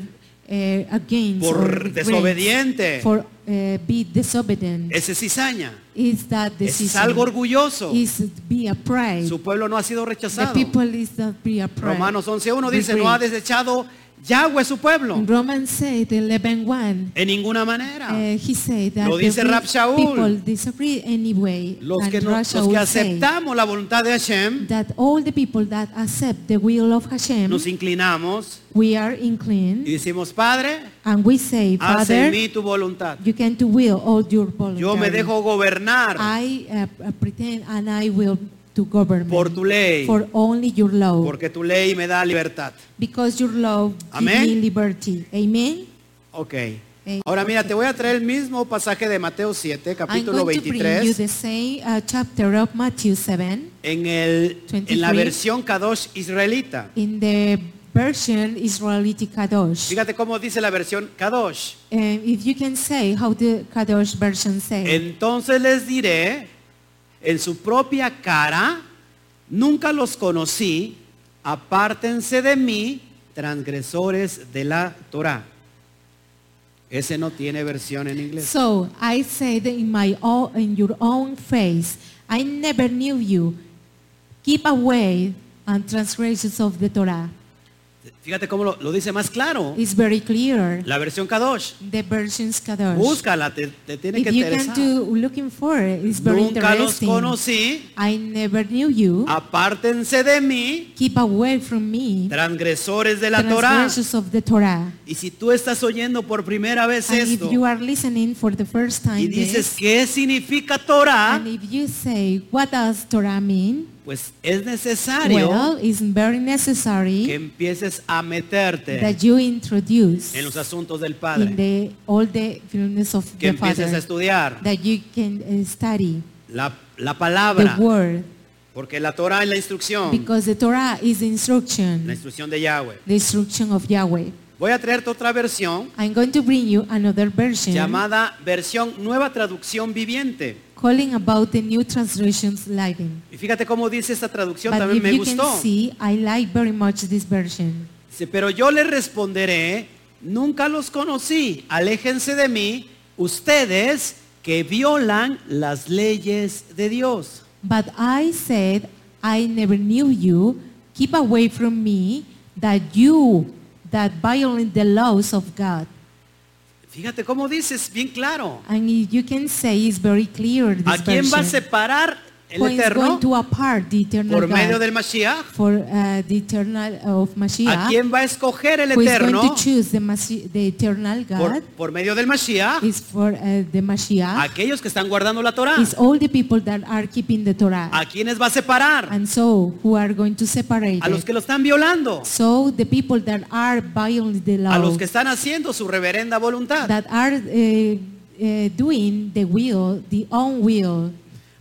S2: uh, against
S1: Por
S2: or regrets
S1: desobediente.
S2: for uh, be disobedient.
S1: ese cizaña.
S2: is that
S1: Ese
S2: decision?
S1: es algo orgulloso.
S2: Is be a pride.
S1: Su pueblo no ha sido
S2: the
S1: rechazado.
S2: people is not be a pride.
S1: Romanos 11.1 dice,
S2: Regret.
S1: no ha desechado Yahweh su pueblo.
S2: In Romans said 11:1.
S1: En ninguna manera.
S2: Uh, he said that
S1: Ah. Lo
S2: the
S1: dice
S2: rich
S1: Rab Shaul.
S2: people disagree anyway.
S1: Los
S2: and
S1: que, no-
S2: Rab
S1: los
S2: Shaul
S1: que
S2: said
S1: aceptamos la voluntad de Hashem,
S2: that all the people that accept the will of Hashem,
S1: nos inclinamos
S2: we are
S1: y
S2: inclined,
S1: decimos, Padre,
S2: and we say,
S1: haz en
S2: Father,
S1: mí tu voluntad.
S2: You can do will all your voluntary.
S1: Yo me dejo gobernar
S2: I uh, uh, pretend and I will to government.
S1: por tu ley,
S2: For only your law.
S1: porque tu ley me da libertad.
S2: Because your law
S1: Amén.
S2: give me liberty. Amen.
S1: Ok.
S2: Eh,
S1: Ahora mira, te voy a traer el mismo pasaje de Mateo 7,
S2: I'm going
S1: capítulo
S2: to bring you
S1: 23,
S2: the same uh, chapter of Matthew 7
S1: en, el, en la
S2: 23.
S1: versión Kadosh israelita.
S2: in the version Israelitic Kadosh.
S1: Fíjate cómo dice la versión Kadosh.
S2: And if you can say how the Kadosh version says.
S1: Entonces les diré en su propia cara, nunca los conocí, apártense de mí, transgresores de la Torah. Ese no tiene versión en inglés.
S2: So I said in my own, in your own face, I never knew you. Keep away and transgressions of the Torah.
S1: Fíjate cómo lo, lo dice más claro.
S2: It's very clear.
S1: La versión Kadosh.
S2: The versions Kadosh.
S1: Búscala, te, te tiene que
S2: if you can
S1: interesar.
S2: do looking for it, it's very
S1: Nunca los
S2: interesting.
S1: conocí, Ah.
S2: I never knew you.
S1: apártense de mí,
S2: Keep away from me.
S1: transgresores de la Torah.
S2: transgressions of the Torah.
S1: Y si tú estás oyendo por primera vez
S2: And if
S1: esto,
S2: you are listening for the first time
S1: y "Ah."
S2: this,
S1: dices qué significa Torah,
S2: and if you say what does Torah mean,
S1: pues es necesario
S2: well, it's very necessary.
S1: que empieces a meterte
S2: that you introduce
S1: Eh. en los asuntos del
S2: in
S1: Padre,
S2: the all the fullness of
S1: que
S2: the
S1: empieces a
S2: Father
S1: estudiar
S2: that you can uh, study
S1: la, la
S2: the
S1: palabra,
S2: word
S1: porque la Torah es la instrucción,
S2: because the Torah is
S1: la
S2: instruction
S1: instrucción de Yahweh.
S2: the instruction of Yahweh
S1: Voy a traerte otra versión
S2: I'm going to bring you another version
S1: llamada versión Nueva Traducción Viviente.
S2: calling about the new translations living
S1: Y fíjate cómo dice esta traducción,
S2: but
S1: también
S2: if
S1: me
S2: you can
S1: gustó.
S2: see I like very much this version
S1: Dice, pero yo les responderé, nunca los conocí, aléjense de mí, ustedes que violan las leyes de Dios.
S2: But I said, I never knew you. Keep away from me that you that violate the laws of God.
S1: Fíjate cómo dices, bien claro.
S2: And if you can say it's very clear. This
S1: ¿A quién va a
S2: version.
S1: separar el
S2: points
S1: Eterno
S2: Pues, going to apart the eternal
S1: por medio
S2: God
S1: del Mashiach.
S2: for uh, the eternal of
S1: ¿A
S2: Mashiach,
S1: quién va a escoger el
S2: who is Pues, going
S1: Eterno?
S2: to choose the, Mashi- the eternal
S1: Por,
S2: God
S1: por medio del Mashiach.
S2: is for uh, the Mashiach,
S1: Aquellos que están guardando la Torah.
S2: is all the people that are keeping the Torah.
S1: ¿A quiénes va a separar?
S2: And so, who are going to separate
S1: A los
S2: it.
S1: que lo están violando.
S2: So, the people that are violating the law,
S1: A los que están haciendo su reverenda voluntad.
S2: that are uh, uh, doing the will, the own will,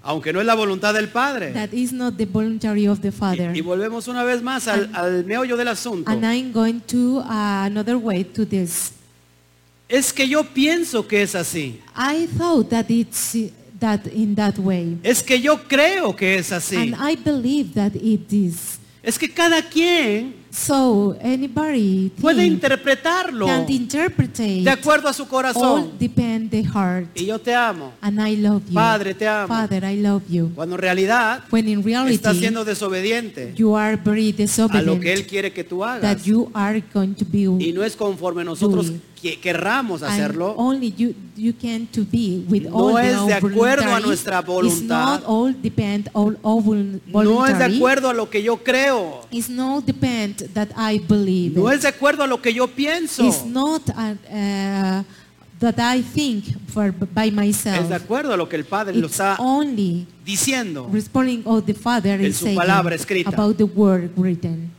S1: Aunque no es la voluntad del Padre.
S2: that is not the voluntary of the Father.
S1: Y, y volvemos una vez más al, al meollo del asunto.
S2: And I'm going to uh, another way to this.
S1: Es que yo pienso que es así.
S2: I thought that it's uh, that in that way.
S1: Es que yo creo que es así.
S2: And I believe that it is.
S1: Es que cada quien
S2: So anybody
S1: puede
S2: think
S1: interpretarlo
S2: can interpret
S1: de acuerdo a su
S2: all
S1: corazón.
S2: depend the heart.
S1: Y yo te amo.
S2: And I love you.
S1: Padre, te amo.
S2: Father, I love you.
S1: Cuando en realidad
S2: When in
S1: estás
S2: reality
S1: siendo desobediente
S2: you are
S1: a
S2: very
S1: lo que
S2: disobedient
S1: Él quiere que tú hagas.
S2: that you are going to be
S1: Y no es conforme nosotros
S2: Doing.
S1: que- querramos
S2: and
S1: hacerlo.
S2: only you you can to be with
S1: No
S2: all
S1: es de
S2: the
S1: acuerdo a
S2: voluntaries.
S1: nuestra
S2: It's not
S1: voluntad.
S2: all depend all, all vol-
S1: No es de
S2: voluntary.
S1: acuerdo a lo que yo creo.
S2: It's not depend that I believe.
S1: No
S2: it.
S1: es de acuerdo a lo que yo pienso.
S2: It's not uh, uh, that I think for by
S1: Es
S2: myself.
S1: de acuerdo a lo que el Padre lo
S2: It's
S1: está
S2: only
S1: diciendo.
S2: responding of the Father
S1: En
S2: is
S1: su
S2: saying
S1: palabra escrita.
S2: about the word written.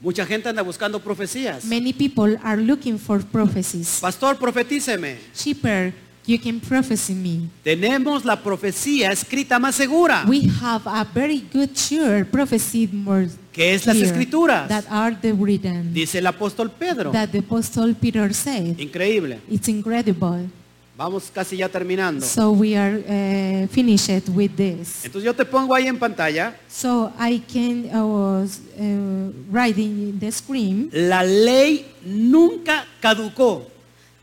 S1: Mucha gente anda buscando profecías.
S2: Many people are looking for prophecies.
S1: Pastor, profetíceme.
S2: Cheaper, you can prophesy me.
S1: Tenemos la profecía escrita más segura,
S2: We have a very good sure prophecy more
S1: que es las
S2: clear
S1: escrituras.
S2: that are the written
S1: Dice el apóstol Pedro.
S2: that the apostle Peter said.
S1: Increíble.
S2: It's incredible.
S1: Vamos casi ya terminando.
S2: So we are uh, finished with this.
S1: Entonces yo te pongo ahí en pantalla
S2: So I can I was uh, writing the screen.
S1: La ley nunca caducó.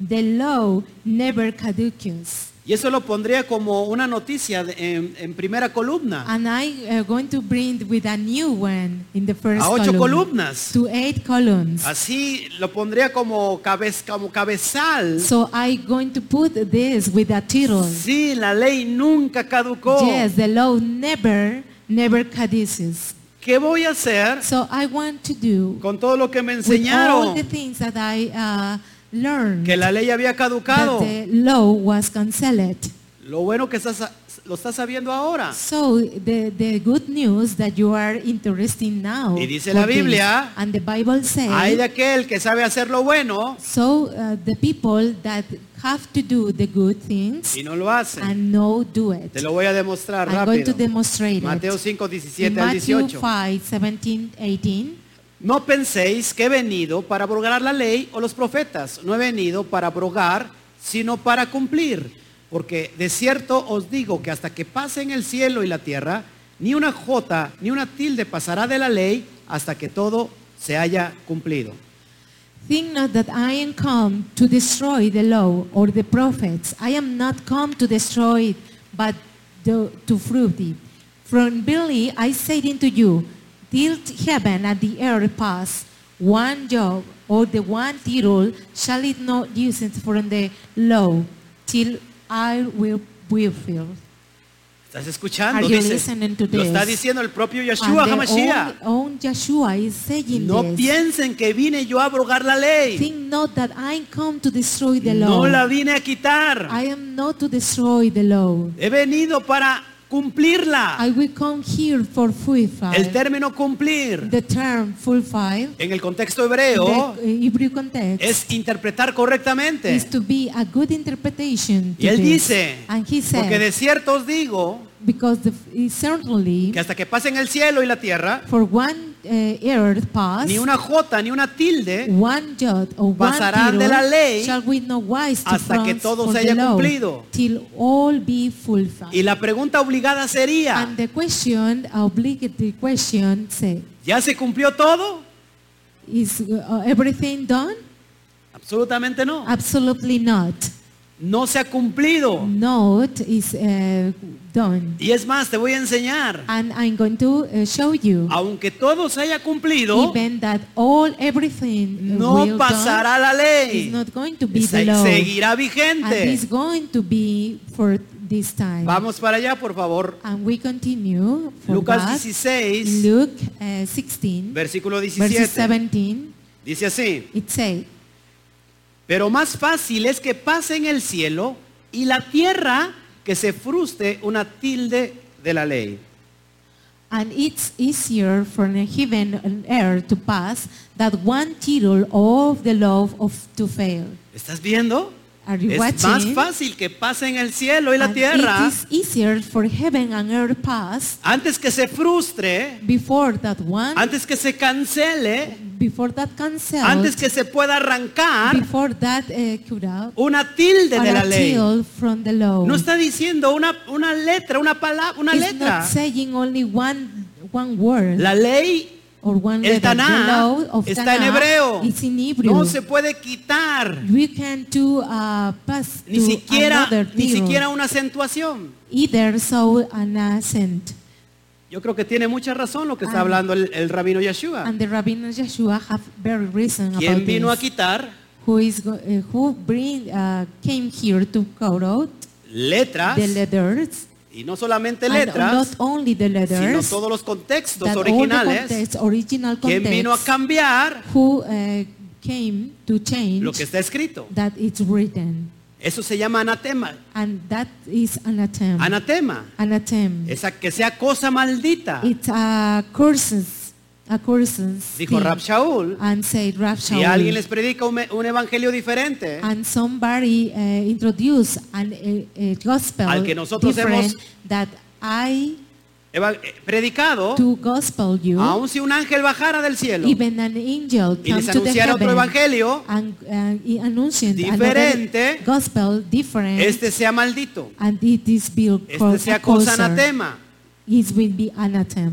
S2: The law never caducus,
S1: Y eso lo pondría como una noticia de- en, en primera columna.
S2: and I uh, going to bring with a new one in the first
S1: A ocho
S2: column
S1: columnas.
S2: to eight columns.
S1: Así lo pondría como, cabez- como cabezal.
S2: So I going to put this with a title.
S1: Sí, la ley nunca caducó.
S2: Yes, the law never, never caduces.
S1: ¿Qué voy a hacer
S2: So I want to do
S1: con todo lo que me
S2: with all the
S1: enseñaron?
S2: things that I uh, learned
S1: Que la ley había
S2: that
S1: caducado.
S2: the law was cancelled.
S1: Lo bueno que estás, lo estás sabiendo ahora.
S2: So the, the good news that you are interested now.
S1: Y dice
S2: for
S1: la
S2: this.
S1: Biblia,
S2: and the Bible says.
S1: Hay de aquel que sabe hacer lo bueno
S2: so uh, the people that have to do the good things
S1: y no lo hace.
S2: and no do it.
S1: Te lo voy a demostrar
S2: I'm going to
S1: rápido.
S2: demonstrate
S1: Mateo
S2: it.
S1: 5, 17
S2: In
S1: al
S2: Matthew
S1: 18.
S2: 5, 17, 18.
S1: No penséis que he venido para abrogar la ley o los profetas. No he venido para abrogar, sino para cumplir. Porque de cierto os digo que hasta que pasen el cielo y la tierra, ni una jota ni una tilde pasará de la ley hasta que todo se haya cumplido.
S2: Think not that I am come to destroy the law or the prophets. I am not come to destroy it, but the- to fruit it. From Billy I say unto you, till heaven and the earth pass, one job or the one tittle shall it not use it from the law, till I will will fulfill.
S1: ¿Estás escuchando?
S2: Are you
S1: Dice,
S2: listening to
S1: lo
S2: this?
S1: está diciendo el propio
S2: And
S1: Yeshua
S2: the
S1: HaMashiach.
S2: own, own Yeshua is saying
S1: No
S2: this.
S1: piensen que vine yo a abrogar la ley.
S2: Think not that I am come to destroy the law.
S1: No la vine a quitar.
S2: I am not to destroy the law.
S1: He venido para cumplirla.
S2: I will come here for fulfill.
S1: El término cumplir
S2: the term fulfill,
S1: en el contexto
S2: the
S1: hebreo
S2: uh, Hebrew context,
S1: es interpretar
S2: is
S1: correctamente.
S2: to be a good interpretation.
S1: Y
S2: to
S1: él
S2: this.
S1: dice,
S2: and he said,
S1: porque de cierto os digo
S2: because the, he certainly,
S1: que hasta que pasen el cielo y la tierra,
S2: for one uh, earth pass,
S1: ni una jota ni una tilde
S2: one jot or one
S1: pasarán de
S2: tittle
S1: la ley
S2: shall we no wise to
S1: hasta que
S2: front
S1: todo
S2: for
S1: se
S2: the
S1: haya
S2: law,
S1: cumplido.
S2: till all be fulfilled.
S1: y la pregunta obligada sería,
S2: and the question, obligatory question, say,
S1: ¿ya se cumplió todo?
S2: Is uh, everything done?
S1: Absolutamente
S2: Ah.
S1: no.
S2: Absolutely not.
S1: No se ha cumplido.
S2: Not is uh, done.
S1: Y es más, te voy a enseñar,
S2: And I'm going to uh, show you,
S1: aunque todo se haya cumplido,
S2: even that all everything uh,
S1: no
S2: will done
S1: pasará la
S2: is
S1: ley.
S2: not going to be
S1: Se-
S2: below,
S1: seguirá
S2: and is
S1: vigente.
S2: going to be for this time.
S1: Vamos para allá, por favor.
S2: And we continue for
S1: Lucas
S2: that.
S1: 16,
S2: Luke uh, 16,
S1: versículo
S2: verse
S1: 17.
S2: 17,
S1: Dice así,
S2: it says,
S1: pero más fácil es que pasen el cielo y la tierra que se frustre una tilde de la ley.
S2: And it's easier for the heaven and earth to pass that one tittle of the law of to fail.
S1: ¿Estás viendo?
S2: Are you
S1: Es más
S2: watching?
S1: fácil que pasen el cielo y la
S2: And
S1: tierra
S2: It is easier for heaven and earth pass
S1: antes que se frustre,
S2: before that one,
S1: antes que se cancele,
S2: before that cancel,
S1: antes que se pueda arrancar
S2: before that uh, cut out,
S1: una tilde
S2: or
S1: de
S2: a
S1: la ley.
S2: tittle from the law.
S1: No está diciendo una, una letra, una palabra, una
S2: it's not
S1: letra.
S2: saying only one, one word
S1: La ley,
S2: or one
S1: el
S2: letter. the law
S1: Taná,
S2: of
S1: está en
S2: Tanakh
S1: hebreo.
S2: is in Hebrew.
S1: No se puede quitar
S2: We can do uh, pass
S1: ni
S2: to
S1: siquiera,
S2: another
S1: ni
S2: tittle.
S1: siquiera una acentuación.
S2: either so an accent.
S1: Yo creo que tiene mucha razón lo que está
S2: And-
S1: hablando el, el rabino Yeshua.
S2: And the Rabbi Yeshua have very reason
S1: Ah. ¿Quién
S2: about
S1: vino a
S2: this.
S1: quitar
S2: Who is go- eh, who bring uh, came here to cut out
S1: letras?
S2: the letters
S1: Y no solamente
S2: and
S1: Ah, letras,
S2: not only the
S1: sino
S2: letters
S1: todos los contextos
S2: that all the
S1: originales.
S2: context, original
S1: ¿Quién
S2: context
S1: vino a cambiar
S2: who uh, came to change
S1: lo que está escrito?
S2: that it's written
S1: Eso se llama anatema.
S2: and that is anatem
S1: Anatema.
S2: anatem
S1: Esa que sea cosa maldita.
S2: it's a curses a curses
S1: Dijo
S2: thing.
S1: Rab Shaul.
S2: and say Rav
S1: Si
S2: Shaul.
S1: alguien les predica un, me- un evangelio diferente,
S2: and somebody uh, introduce an, a, a gospel
S1: Al que nosotros
S2: different
S1: hemos-
S2: that I
S1: eva- eh, predicado,
S2: to gospel you
S1: aun si un ángel bajara del cielo
S2: even an angel
S1: y
S2: come
S1: les
S2: to the
S1: anunciara otro
S2: heaven
S1: evangelio,
S2: and, uh, y anunciant another
S1: Diferente.
S2: gospel different
S1: este sea maldito.
S2: and it is built
S1: Este sea cosa anatema.
S2: it will be anatem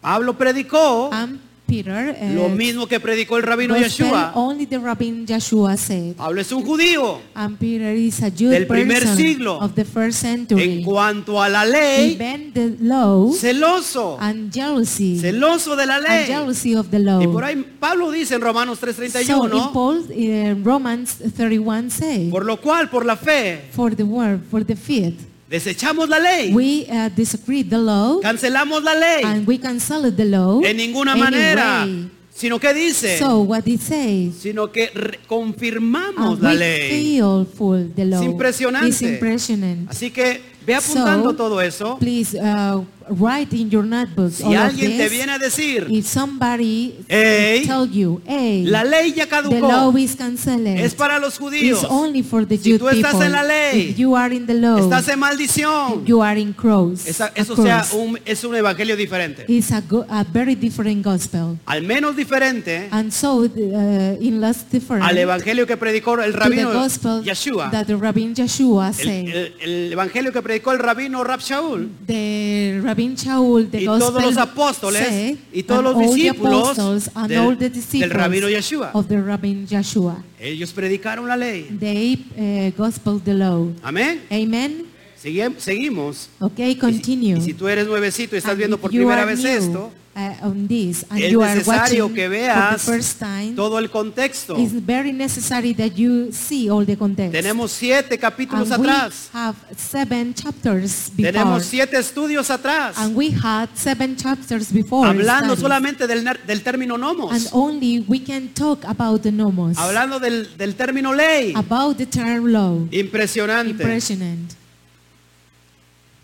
S1: Pablo predicó
S2: and Peter uh,
S1: lo mismo que predicó el rabino
S2: gospel
S1: Yeshua.
S2: only the Rabbi Yeshua said
S1: Pablo es un judío.
S2: and Peter is a Jew
S1: Del primer
S2: person
S1: siglo.
S2: of the first
S1: En
S2: century
S1: cuanto a la ley,
S2: Even the law
S1: celoso,
S2: and jealousy
S1: celoso de la
S2: and
S1: ley.
S2: jealousy of the law.
S1: Y por ahí Pablo dice en Romanos
S2: so in
S1: 3:31,
S2: Paul, uh, Romans 31 say,
S1: por lo cual por la fe
S2: for the word, for the faith,
S1: desechamos la ley,
S2: we uh, disagree the law
S1: cancelamos la ley
S2: and we cancel the law
S1: en ninguna
S2: any
S1: manera,
S2: way.
S1: sino que dice,
S2: So what it says,
S1: sino que re- confirmamos
S2: and
S1: la
S2: Ah, we
S1: ley.
S2: feel for the law.
S1: impresionante.
S2: It's impressionant.
S1: Así que ve apuntando
S2: So,
S1: todo eso.
S2: Please uh, write in your notebooks
S1: Si
S2: all of
S1: alguien te
S2: this.
S1: viene a decir,
S2: If somebody
S1: Hey,
S2: tell you, hey,
S1: la ley ya
S2: the law
S1: caducó,
S2: is cancelled.
S1: es para los
S2: It's
S1: judíos,
S2: only for the
S1: Si
S2: Jew
S1: tú estás
S2: people.
S1: en la ley,
S2: If you are in the law,
S1: estás en maldición.
S2: you are in cross.
S1: Esa-
S2: a
S1: eso sea
S2: cross.
S1: un, es un evangelio diferente.
S2: It's a, go- a very different gospel.
S1: Al menos diferente
S2: And so, uh, in less different
S1: al evangelio que predicó el
S2: to the
S1: rabino
S2: gospel
S1: Yeshua.
S2: that the Rabbi Yeshua
S1: El,
S2: said.
S1: el- el evangelio que predicó el rabino Rab Shaul.
S2: The Rabbi Shaul, the
S1: Y
S2: gospel
S1: todos los apóstoles
S2: say,
S1: y todos
S2: and
S1: los
S2: all the
S1: discípulos
S2: apostles and
S1: del-
S2: all the
S1: del
S2: disciples
S1: Rabino Yeshua.
S2: of the Rabbi Yeshua.
S1: Ellos predicaron la ley.
S2: They uh, gospel the law.
S1: Amén.
S2: Amen.
S1: Sigue- seguimos.
S2: Okay,
S1: Y si-
S2: continue.
S1: Y si, tú eres nuevecito y estás
S2: And
S1: viendo
S2: if
S1: por
S2: you
S1: primera
S2: are
S1: vez
S2: new,
S1: esto,
S2: uh, on this, and
S1: es
S2: you are
S1: necesario
S2: watching
S1: que
S2: for the
S1: veas
S2: first time,
S1: todo el contexto.
S2: it's very necessary that you see all the context.
S1: Tenemos siete capítulos
S2: and
S1: atrás.
S2: we have seven chapters before.
S1: Tenemos siete estudios atrás.
S2: and we had seven chapters before.
S1: Hablando
S2: studies.
S1: solamente del, ner- del término
S2: and
S1: nomos.
S2: only we can talk about the nomos.
S1: Hablando del, del término ley.
S2: About the term law.
S1: Impresionante.
S2: Impressionant.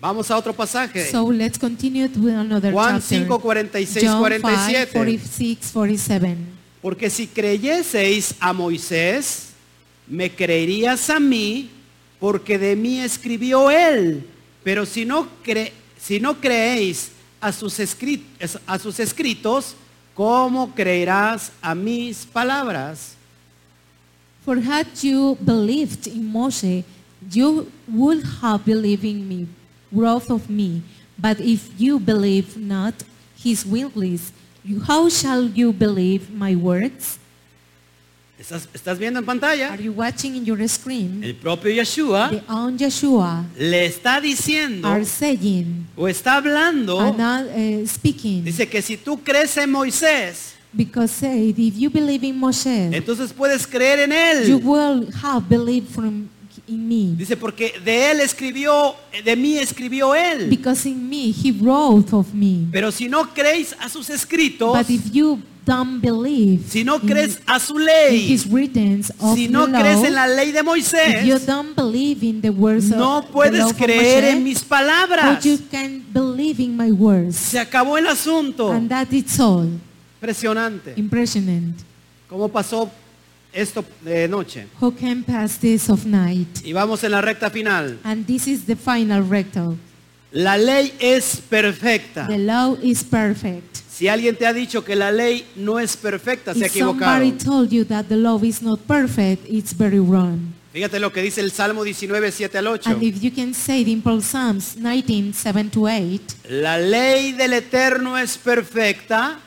S1: Vamos a otro pasaje.
S2: So let's continue with another
S1: Juan
S2: chapter.
S1: 5, 46,
S2: John 5,
S1: 47.
S2: 46, 47.
S1: Porque si creyeseis a Moisés, me creerías a mí, porque de mí escribió él. Pero si no, cre- si no creéis a sus, escrit- a sus escritos, ¿cómo creerás a mis palabras?
S2: For had you believed in Moshe, you would have believed in me, wrath of me. But if you believe not his witness, you- how shall you believe my words?
S1: ¿Estás, estás viendo en
S2: Are
S1: pantalla?
S2: you watching in your screen?
S1: El propio Yeshua
S2: The own Yeshua
S1: le está diciendo
S2: are saying
S1: o está hablando,
S2: and are uh, speaking
S1: dice que si tú crees en Moisés,
S2: because said, if you believe in Moshe,
S1: entonces puedes creer en
S2: you
S1: él.
S2: will have believed from in me.
S1: Dice, porque de él escribió, de mí escribió él.
S2: Because in me he wrote of me.
S1: Pero si no creéis a sus escritos,
S2: But if you don't believe
S1: si no
S2: in-
S1: crees a su
S2: in
S1: ley,
S2: his writings of
S1: si no
S2: the law,
S1: crees en la ley de
S2: if you
S1: Moisés,
S2: don't believe in the words
S1: no
S2: of the law
S1: puedes
S2: of
S1: creer
S2: Moshe,
S1: en mis
S2: but
S1: palabras.
S2: you can believe in my words.
S1: Se acabó el asunto.
S2: And that it's all.
S1: Impresionante.
S2: Impressionant.
S1: ¿Cómo pasó esto de noche?
S2: Who can pass this of night?
S1: Y vamos en la recta final.
S2: And this is the final rectal.
S1: La ley es perfecta.
S2: The law is perfect.
S1: Si alguien te ha dicho que la ley no es perfecta, se ha
S2: If somebody
S1: equivocado.
S2: told you that the law is not perfect, it's very wrong.
S1: Fíjate lo que dice el Salmo 19, 7 al 8.
S2: And if you can say it in Paul Psalms 19, 7 to 8,
S1: La ley del Eterno es perfecta,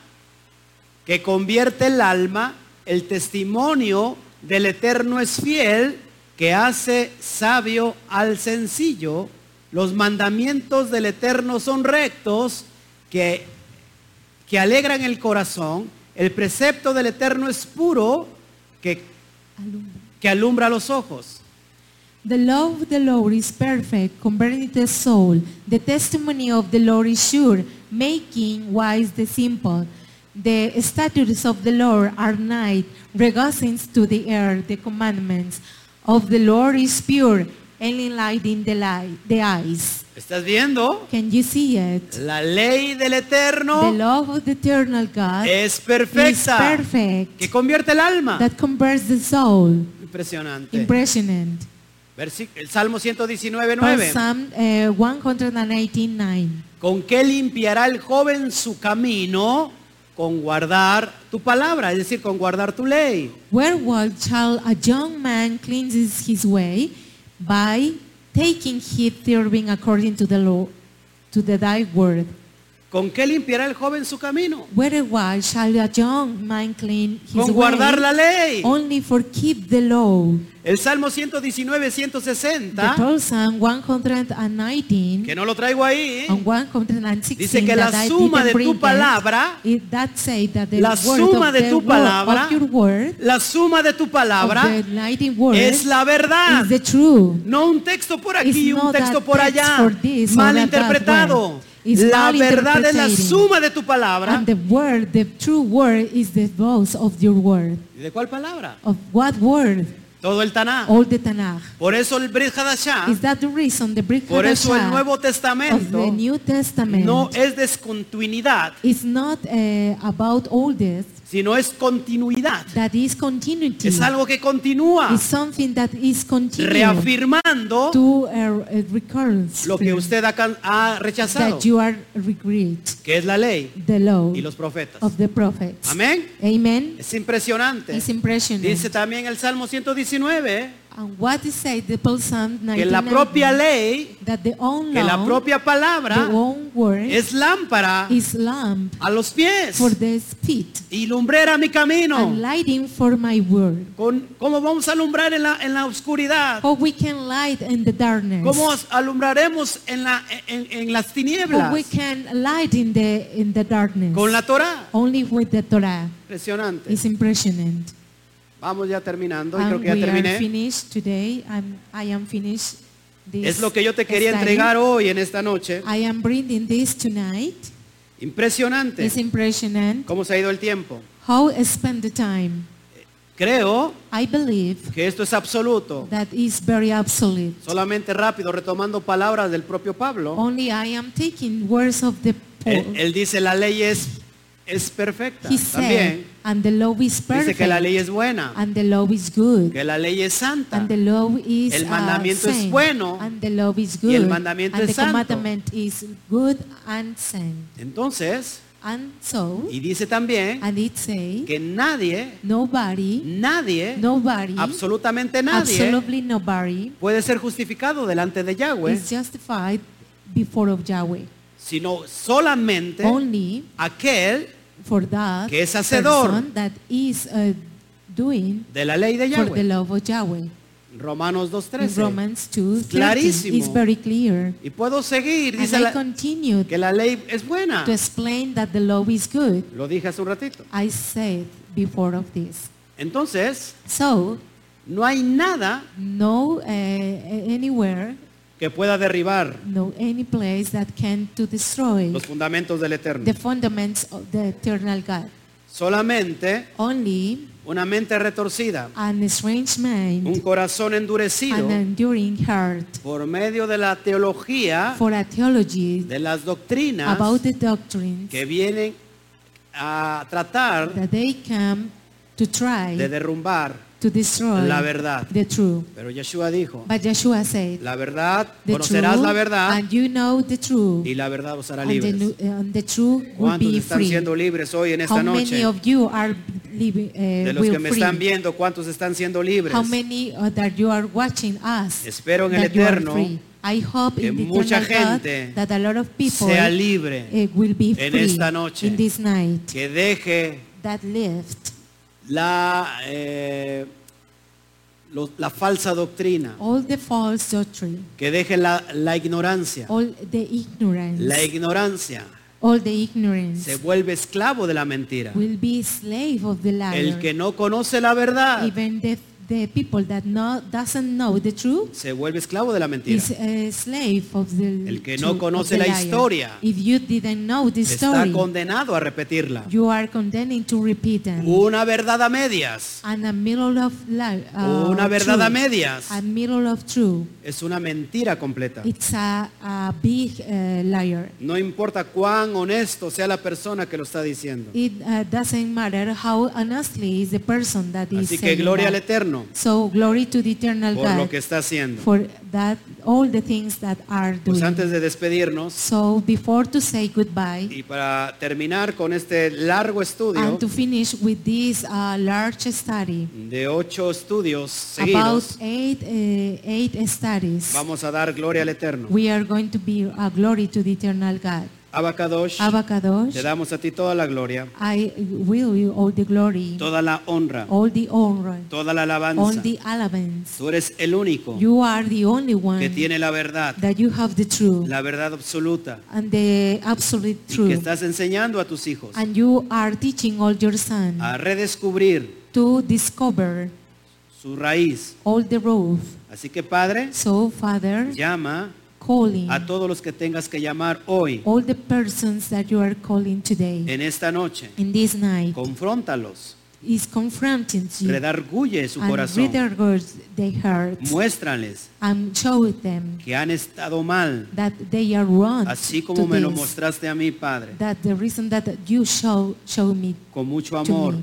S1: que convierte el alma. El testimonio del Eterno es fiel, que hace sabio al sencillo. Los mandamientos del Eterno son rectos, que, que alegran el corazón. El precepto del Eterno es puro, que, que alumbra los ojos.
S2: The law of the Lord is perfect, converting the soul. The testimony of the Lord is sure, making wise the simple. The statutes of the Lord are night, regocijos to the air. The commandments of the Lord is pure, enlightening the light, the eyes.
S1: ¿Estás viendo?
S2: Can you see it?
S1: La ley del
S2: The
S1: Eterno
S2: law of the eternal God
S1: es
S2: is
S1: perfecta. que
S2: perfect,
S1: convierte el alma.
S2: that converts the soul.
S1: Impresionante.
S2: Impressionant.
S1: Versi- el Salmo 119,
S2: Paul
S1: 9.
S2: Psalm eh, 118:9.
S1: ¿Con qué limpiará el joven su camino? Con guardar tu palabra, es decir, con guardar tu ley.
S2: Wherewithal shall a young man cleanses his way by taking heed therein according to the law, to the thy word.
S1: ¿Con qué limpiará el joven su camino?
S2: Wherewithal shall a young man clean his
S1: Con
S2: way
S1: guardar la ley.
S2: only for keep the law.
S1: El Salmo 119,
S2: The
S1: 160,
S2: Paul Psalm 119
S1: que no lo traigo ahí, ¿eh?
S2: and 116
S1: Dice que la
S2: that I
S1: suma
S2: didn't
S1: de tu
S2: bring it,
S1: palabra,
S2: it, that say that the
S1: la
S2: word
S1: suma
S2: of
S1: de
S2: the
S1: tu
S2: word,
S1: palabra,
S2: of your word,
S1: la suma de tu palabra
S2: of the lighting word,
S1: es la verdad.
S2: is the true.
S1: No un texto por
S2: It's
S1: aquí y un
S2: not
S1: texto
S2: that
S1: por
S2: text
S1: allá.
S2: for this or
S1: Mal
S2: that that
S1: interpretado.
S2: one. It's
S1: La
S2: mal
S1: verdad es la
S2: interpreting.
S1: suma de tu palabra.
S2: And the word, the true word is the voice of your word.
S1: ¿Y de cuál palabra?
S2: Of what word?
S1: Todo el Taná.
S2: All the Tanakh.
S1: Por eso el Brit Hadashah,
S2: Is that the reason the Brit
S1: Ah. por eso el
S2: Hadashah
S1: Nuevo
S2: of the
S1: Testamento
S2: New Testament
S1: no es descontinuidad,
S2: is not eh, about all this,
S1: sino es continuidad.
S2: that is continuity.
S1: Es algo que continúa
S2: It's something that is continued
S1: reafirmando
S2: to a, a recurrence
S1: lo que usted ha, can- ha rechazado,
S2: that you are regret
S1: que es la ley
S2: the law
S1: y los profetas.
S2: of the prophets.
S1: Amén.
S2: Amen.
S1: Es impresionante.
S2: It's impressionant.
S1: Dice también el Salmo 119
S2: And what is said the Paul Psalm
S1: que la
S2: 99,
S1: propia ley
S2: that the own
S1: que la
S2: law,
S1: propia palabra
S2: the own word
S1: es lámpara
S2: is lamp
S1: a los pies
S2: for the feet
S1: y lumbrera mi camino.
S2: and lighting for my word.
S1: Con, ¿Cómo vamos a alumbrar en la, en la oscuridad?
S2: How we can light in the darkness.
S1: ¿Cómo os alumbraremos en, la, en, en las
S2: How we
S1: tinieblas?
S2: can light in the in the darkness.
S1: Con la Torah.
S2: Only with the Torah.
S1: Impresionante.
S2: It's impressionant.
S1: Vamos ya terminando y creo
S2: And
S1: que ya
S2: Ah, we are
S1: terminé.
S2: finished today. I'm, I am finished this
S1: Es lo que yo te quería
S2: study.
S1: entregar hoy en esta noche.
S2: I am bringing this tonight.
S1: Impresionante.
S2: It's impressionant.
S1: ¿Cómo se ha ido el tiempo?
S2: How I spend the time.
S1: Creo
S2: I believe
S1: que esto es absoluto.
S2: that is very absolute.
S1: Solamente rápido, retomando palabras del propio Pablo.
S2: Only I am taking words of the Paul.
S1: Él, él dice, la ley es, es perfecta.
S2: he said,
S1: También
S2: and the law is
S1: dice
S2: perfect,
S1: que la ley es buena,
S2: and the law is good,
S1: que la ley es santa.
S2: and the law is
S1: El
S2: uh,
S1: mandamiento es
S2: saint,
S1: bueno,
S2: and the law is
S1: y
S2: good,
S1: el mandamiento
S2: and
S1: es
S2: the
S1: santo.
S2: commandment is good and saint.
S1: Entonces,
S2: And so,
S1: y dice también
S2: and it say,
S1: que nadie,
S2: nobody,
S1: nadie,
S2: nobody,
S1: absolutamente nadie
S2: absolutely nobody,
S1: puede ser justificado delante de Yahweh,
S2: is justified before of Yahweh.
S1: sino solamente
S2: Only
S1: aquel
S2: for that
S1: que es hacedor.
S2: person that is uh, doing
S1: de la ley de
S2: for the
S1: Yahweh.
S2: love of Yahweh.
S1: Romanos
S2: In
S1: 2.13.
S2: Romans 2,
S1: Es clarísimo.
S2: is very clear.
S1: Y puedo seguir,
S2: And
S1: dice
S2: I
S1: la-
S2: continue
S1: que la ley es buena.
S2: to explain that the law is good.
S1: Lo dije hace un ratito.
S2: I said before of this.
S1: Entonces,
S2: So,
S1: No hay nada
S2: no uh, anywhere,
S1: que pueda derribar
S2: no any place that can to destroy
S1: los fundamentos del Eterno.
S2: the fundaments of the eternal God.
S1: Solamente
S2: Only
S1: una mente retorcida,
S2: an strange
S1: un
S2: mind,
S1: corazón endurecido
S2: an enduring heart
S1: por medio de la teología,
S2: for a theology
S1: de las doctrinas
S2: about the doctrines
S1: que vienen a tratar
S2: that they come to try
S1: de derrumbar.
S2: to destroy
S1: la verdad.
S2: the truth.
S1: Pero Yeshua dijo,
S2: But Yeshua said,
S1: la verdad,
S2: the
S1: conocerás
S2: truth,
S1: la verdad
S2: and you know the truth,
S1: y la verdad os hará
S2: and the,
S1: libres.
S2: nu- and the truth will
S1: ¿Cuántos
S2: be
S1: están
S2: free.
S1: siendo libres hoy en
S2: How
S1: esta
S2: many
S1: noche?
S2: of you are living, uh,
S1: De los
S2: will
S1: que me están
S2: free?
S1: viendo, ¿cuántos están siendo libres?
S2: How many uh, that you are watching us?
S1: Espero en el
S2: that you are
S1: Eterno
S2: free? I hope
S1: que
S2: in the
S1: mucha
S2: eternal
S1: gente
S2: God that a lot of people
S1: Sea libre,
S2: eh, will be
S1: en
S2: free
S1: esta noche.
S2: in this night
S1: que deje
S2: that left
S1: la, eh, lo- la falsa doctrina,
S2: all the false doctrine,
S1: que deje la, la ignorancia.
S2: all the ignorance,
S1: La ignorancia
S2: all the ignorance.
S1: se vuelve esclavo de la mentira.
S2: will be slave of the liar.
S1: El que no conoce la verdad
S2: Even the, the people that no, doesn't know the truth
S1: se vuelve esclavo de la mentira.
S2: is a slave of the
S1: El que no
S2: truth, of
S1: conoce
S2: the
S1: la
S2: liar.
S1: historia
S2: If you didn't know the
S1: Está
S2: story,
S1: condenado a repetirla.
S2: you are condemning to repeat them.
S1: Una verdad a medias,
S2: and a middle of life, uh,
S1: una verdad a medias,
S2: a middle of truth,
S1: es una mentira completa.
S2: it's a, a big uh, liar.
S1: No importa cuán honesto sea la persona que lo está diciendo.
S2: It uh, doesn't matter how honestly is the person that is
S1: Así que
S2: saying
S1: gloria al
S2: that.
S1: Eterno
S2: So glory to the eternal
S1: por lo
S2: God.
S1: que está haciendo.
S2: for that all the things that are
S1: Pues
S2: doing.
S1: antes de despedirnos
S2: so before to say goodbye
S1: y para terminar con este largo estudio
S2: and to finish with this uh, large study
S1: de ocho estudios
S2: about
S1: seguidos,
S2: eight uh, eight studies
S1: vamos a dar gloria al Eterno.
S2: we are going to be a glory to the eternal God
S1: Abacadosh,
S2: Abacadosh
S1: te damos a ti toda la gloria,
S2: I will you all the glory
S1: toda la honra,
S2: all the honor
S1: toda la
S2: all
S1: alabanza.
S2: the elements
S1: Tú eres el único
S2: you are the only
S1: que
S2: one
S1: tiene la verdad,
S2: that you have the truth
S1: la verdad absoluta,
S2: and the absolute
S1: y que
S2: truth
S1: estás enseñando a tus hijos
S2: and you are teaching all your sons
S1: a redescubrir
S2: to discover
S1: su raíz.
S2: all the roof.
S1: Así que Padre,
S2: So, Father,
S1: llama
S2: calling
S1: a todos los que tengas que llamar hoy,
S2: all the persons that you are calling today,
S1: en esta noche.
S2: in this night,
S1: Confróntalos,
S2: is confronting you
S1: redarguye su
S2: and
S1: corazón,
S2: redirect their hearts
S1: muéstrales
S2: and show them
S1: que han estado mal,
S2: that they are wrong
S1: así
S2: to
S1: como me lo
S2: this,
S1: mostraste a mí, Padre,
S2: that the reason that you show, show me
S1: con mucho
S2: to
S1: amor
S2: me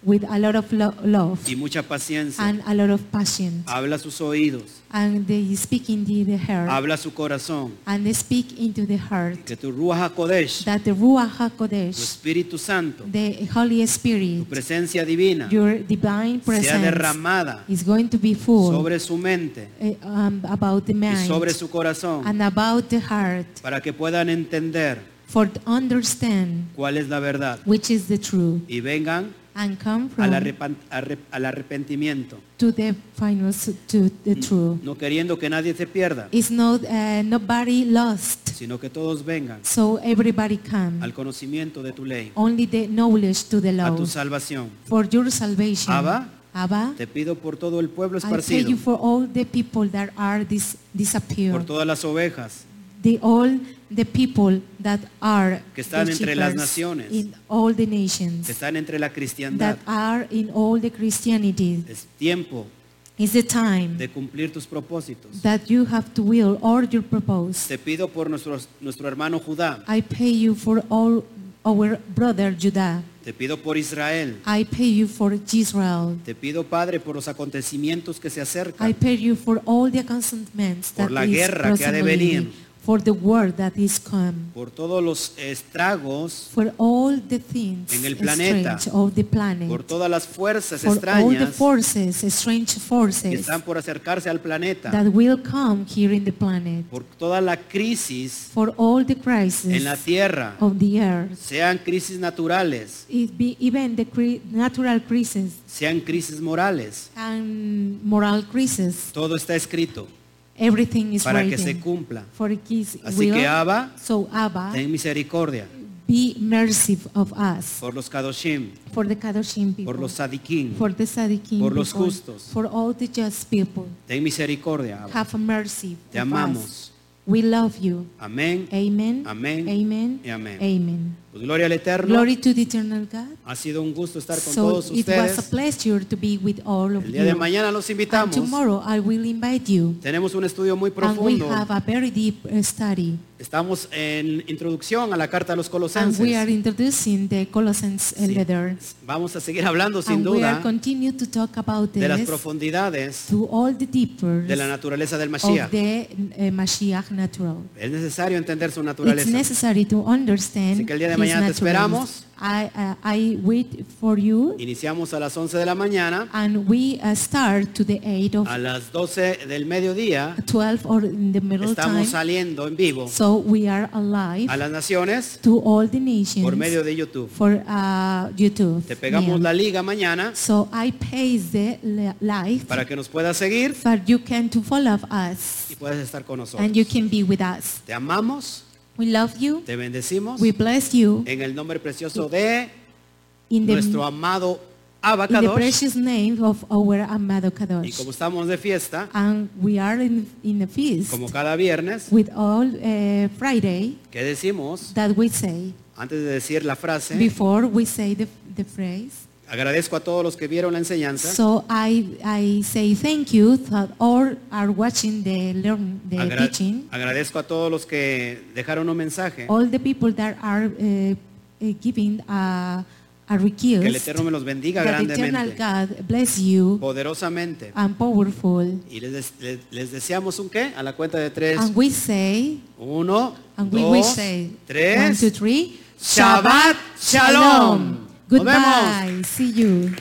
S2: with a lot of lo- love
S1: y Ah. mucha paciencia.
S2: and a lot of passion
S1: Habla sus oídos,
S2: and they speak into the heart
S1: habla su corazón,
S2: and they speak into the heart
S1: que tu Ruach HaKodesh,
S2: that the Ruach
S1: tu
S2: HaKodesh,
S1: Espíritu Santo,
S2: the Holy
S1: tu
S2: Spirit,
S1: presencia divina,
S2: your divine
S1: sea
S2: presence
S1: derramada
S2: is going to be full
S1: sobre su mente
S2: eh, um, about the
S1: y sobre
S2: mind
S1: su corazón
S2: and about the heart
S1: para que puedan entender
S2: for to understand
S1: cuál es la verdad
S2: which is the truth
S1: y vengan
S2: and come
S1: al,
S2: from
S1: arrepan- arre- al arrepentimiento,
S2: to the final s- to the truth.
S1: no queriendo que nadie se pierda,
S2: It's not uh, nobody lost,
S1: sino que todos vengan
S2: so everybody come.
S1: al conocimiento de tu ley,
S2: Only the knowledge to the
S1: a tu
S2: law
S1: salvación.
S2: for your salvation.
S1: Abba,
S2: Abba,
S1: Te pido por todo el pueblo
S2: I pray
S1: esparcido,
S2: you for all the people that are dis-
S1: por
S2: disappeared,
S1: todas las ovejas,
S2: the all the people that are
S1: Que están
S2: the
S1: entre las
S2: shepherds
S1: naciones.
S2: in all the
S1: que
S2: nations
S1: están entre la
S2: that
S1: cristiandad.
S2: are in all the Christianity.
S1: Es tiempo
S2: It's the time
S1: de cumplir tus propósitos.
S2: that you have to will all your purpose.
S1: Te pido por nuestro, nuestro hermano Judá,
S2: I pay you for all our brother Judah.
S1: te pido por Israel,
S2: I pay you for Israel.
S1: te pido Padre por los acontecimientos que se
S2: I
S1: acercan,
S2: pay you for all the consentments
S1: Por
S2: that
S1: la
S2: is
S1: guerra que ha de
S2: proximally,
S1: venir.
S2: for the war that is come.
S1: por todos los estragos,
S2: for all the things
S1: En el planeta.
S2: strange of the planet
S1: por todas las fuerzas
S2: for all the
S1: extrañas
S2: forces strange
S1: que
S2: forces
S1: están por acercarse al planeta,
S2: that will come here in the planet
S1: por toda la crisis
S2: for all the crises
S1: en la tierra,
S2: of the earth
S1: sean crisis naturales,
S2: it be even the cri- natural crises
S1: sean crisis morales.
S2: and moral crises
S1: Todo está escrito
S2: everything is
S1: para que
S2: written
S1: se cumpla.
S2: for it is
S1: Así
S2: will
S1: que Abba,
S2: so Abba
S1: ten misericordia
S2: be merciful of us,
S1: por los Kadoshim,
S2: for the Kadoshim people,
S1: por los Sadikim.
S2: for the Sadikim
S1: por los
S2: people,
S1: justos.
S2: for all the just people.
S1: Ten misericordia. Abba.
S2: Have mercy
S1: Te
S2: of
S1: amamos.
S2: us. We love you.
S1: Amén.
S2: Amen.
S1: Amén.
S2: Amen.
S1: Y amén.
S2: Amen.
S1: Pues gloria al Eterno.
S2: Glory to the eternal God.
S1: Ha sido un gusto estar con
S2: So
S1: todos
S2: it was a
S1: ustedes.
S2: pleasure to be with all of
S1: El día de
S2: you.
S1: mañana los
S2: And
S1: invitamos.
S2: tomorrow I will invite you.
S1: Tenemos un estudio muy
S2: And we
S1: profundo.
S2: have a very deep uh, study.
S1: Estamos en introducción a la carta a los
S2: And
S1: Colosenses.
S2: we are introducing the Colossians uh,
S1: Sí.
S2: letter.
S1: Vamos a seguir hablando sin
S2: and we are
S1: duda
S2: continue to talk about
S1: de las
S2: this
S1: profundidades
S2: to all the deeper
S1: de la naturaleza del Mashiach.
S2: of the uh, Mashiach natural.
S1: Es necesario entender su
S2: It's
S1: naturaleza.
S2: necessary to understand
S1: Así que el día de
S2: his
S1: mañana te
S2: naturalness.
S1: esperamos.
S2: I, uh, I wait for you
S1: Iniciamos a las 11 de la mañana,
S2: and we uh, start to the 8 of
S1: a las 12 del mediodía
S2: 12 or in the middle
S1: estamos
S2: time.
S1: saliendo en vivo
S2: So we are alive
S1: a las naciones
S2: to all the nations
S1: por medio de YouTube.
S2: for uh, YouTube.
S1: Te pegamos
S2: Yeah.
S1: la liga mañana
S2: So I pay the li- life
S1: para que nos puedas seguir
S2: so you can to follow us
S1: y puedas estar con nosotros.
S2: and you can be with us.
S1: Te amamos,
S2: We love you.
S1: te bendecimos
S2: We bless you
S1: en el nombre precioso de
S2: in the,
S1: nuestro amado
S2: in the
S1: Abacados.
S2: precious name of our amado
S1: Y como
S2: Kadosh.
S1: estamos de fiesta,
S2: And we are in, in a feast
S1: como cada viernes,
S2: with all uh, Friday
S1: ¿qué decimos?
S2: that we say.
S1: Antes de decir la frase,
S2: Before we say the, the phrase.
S1: agradezco a todos los que vieron la enseñanza.
S2: So I, I say thank you that all are watching the learn the
S1: Agra-
S2: teaching. Oh,
S1: agradezco a todos los que dejaron un mensaje.
S2: All the people that are uh, uh, giving a, a
S1: Que el
S2: request.
S1: Eterno me los bendiga
S2: That the eternal
S1: grandemente,
S2: God bless you
S1: poderosamente.
S2: and powerful.
S1: Y les, des- les- les deseamos un qué? A la cuenta de tres.
S2: And we say,
S1: Uno,
S2: and we will
S1: dos,
S2: say, one,
S1: tres.
S2: two, three.
S1: Shabbat Shalom. Nos vemos.
S2: Goodbye. See you.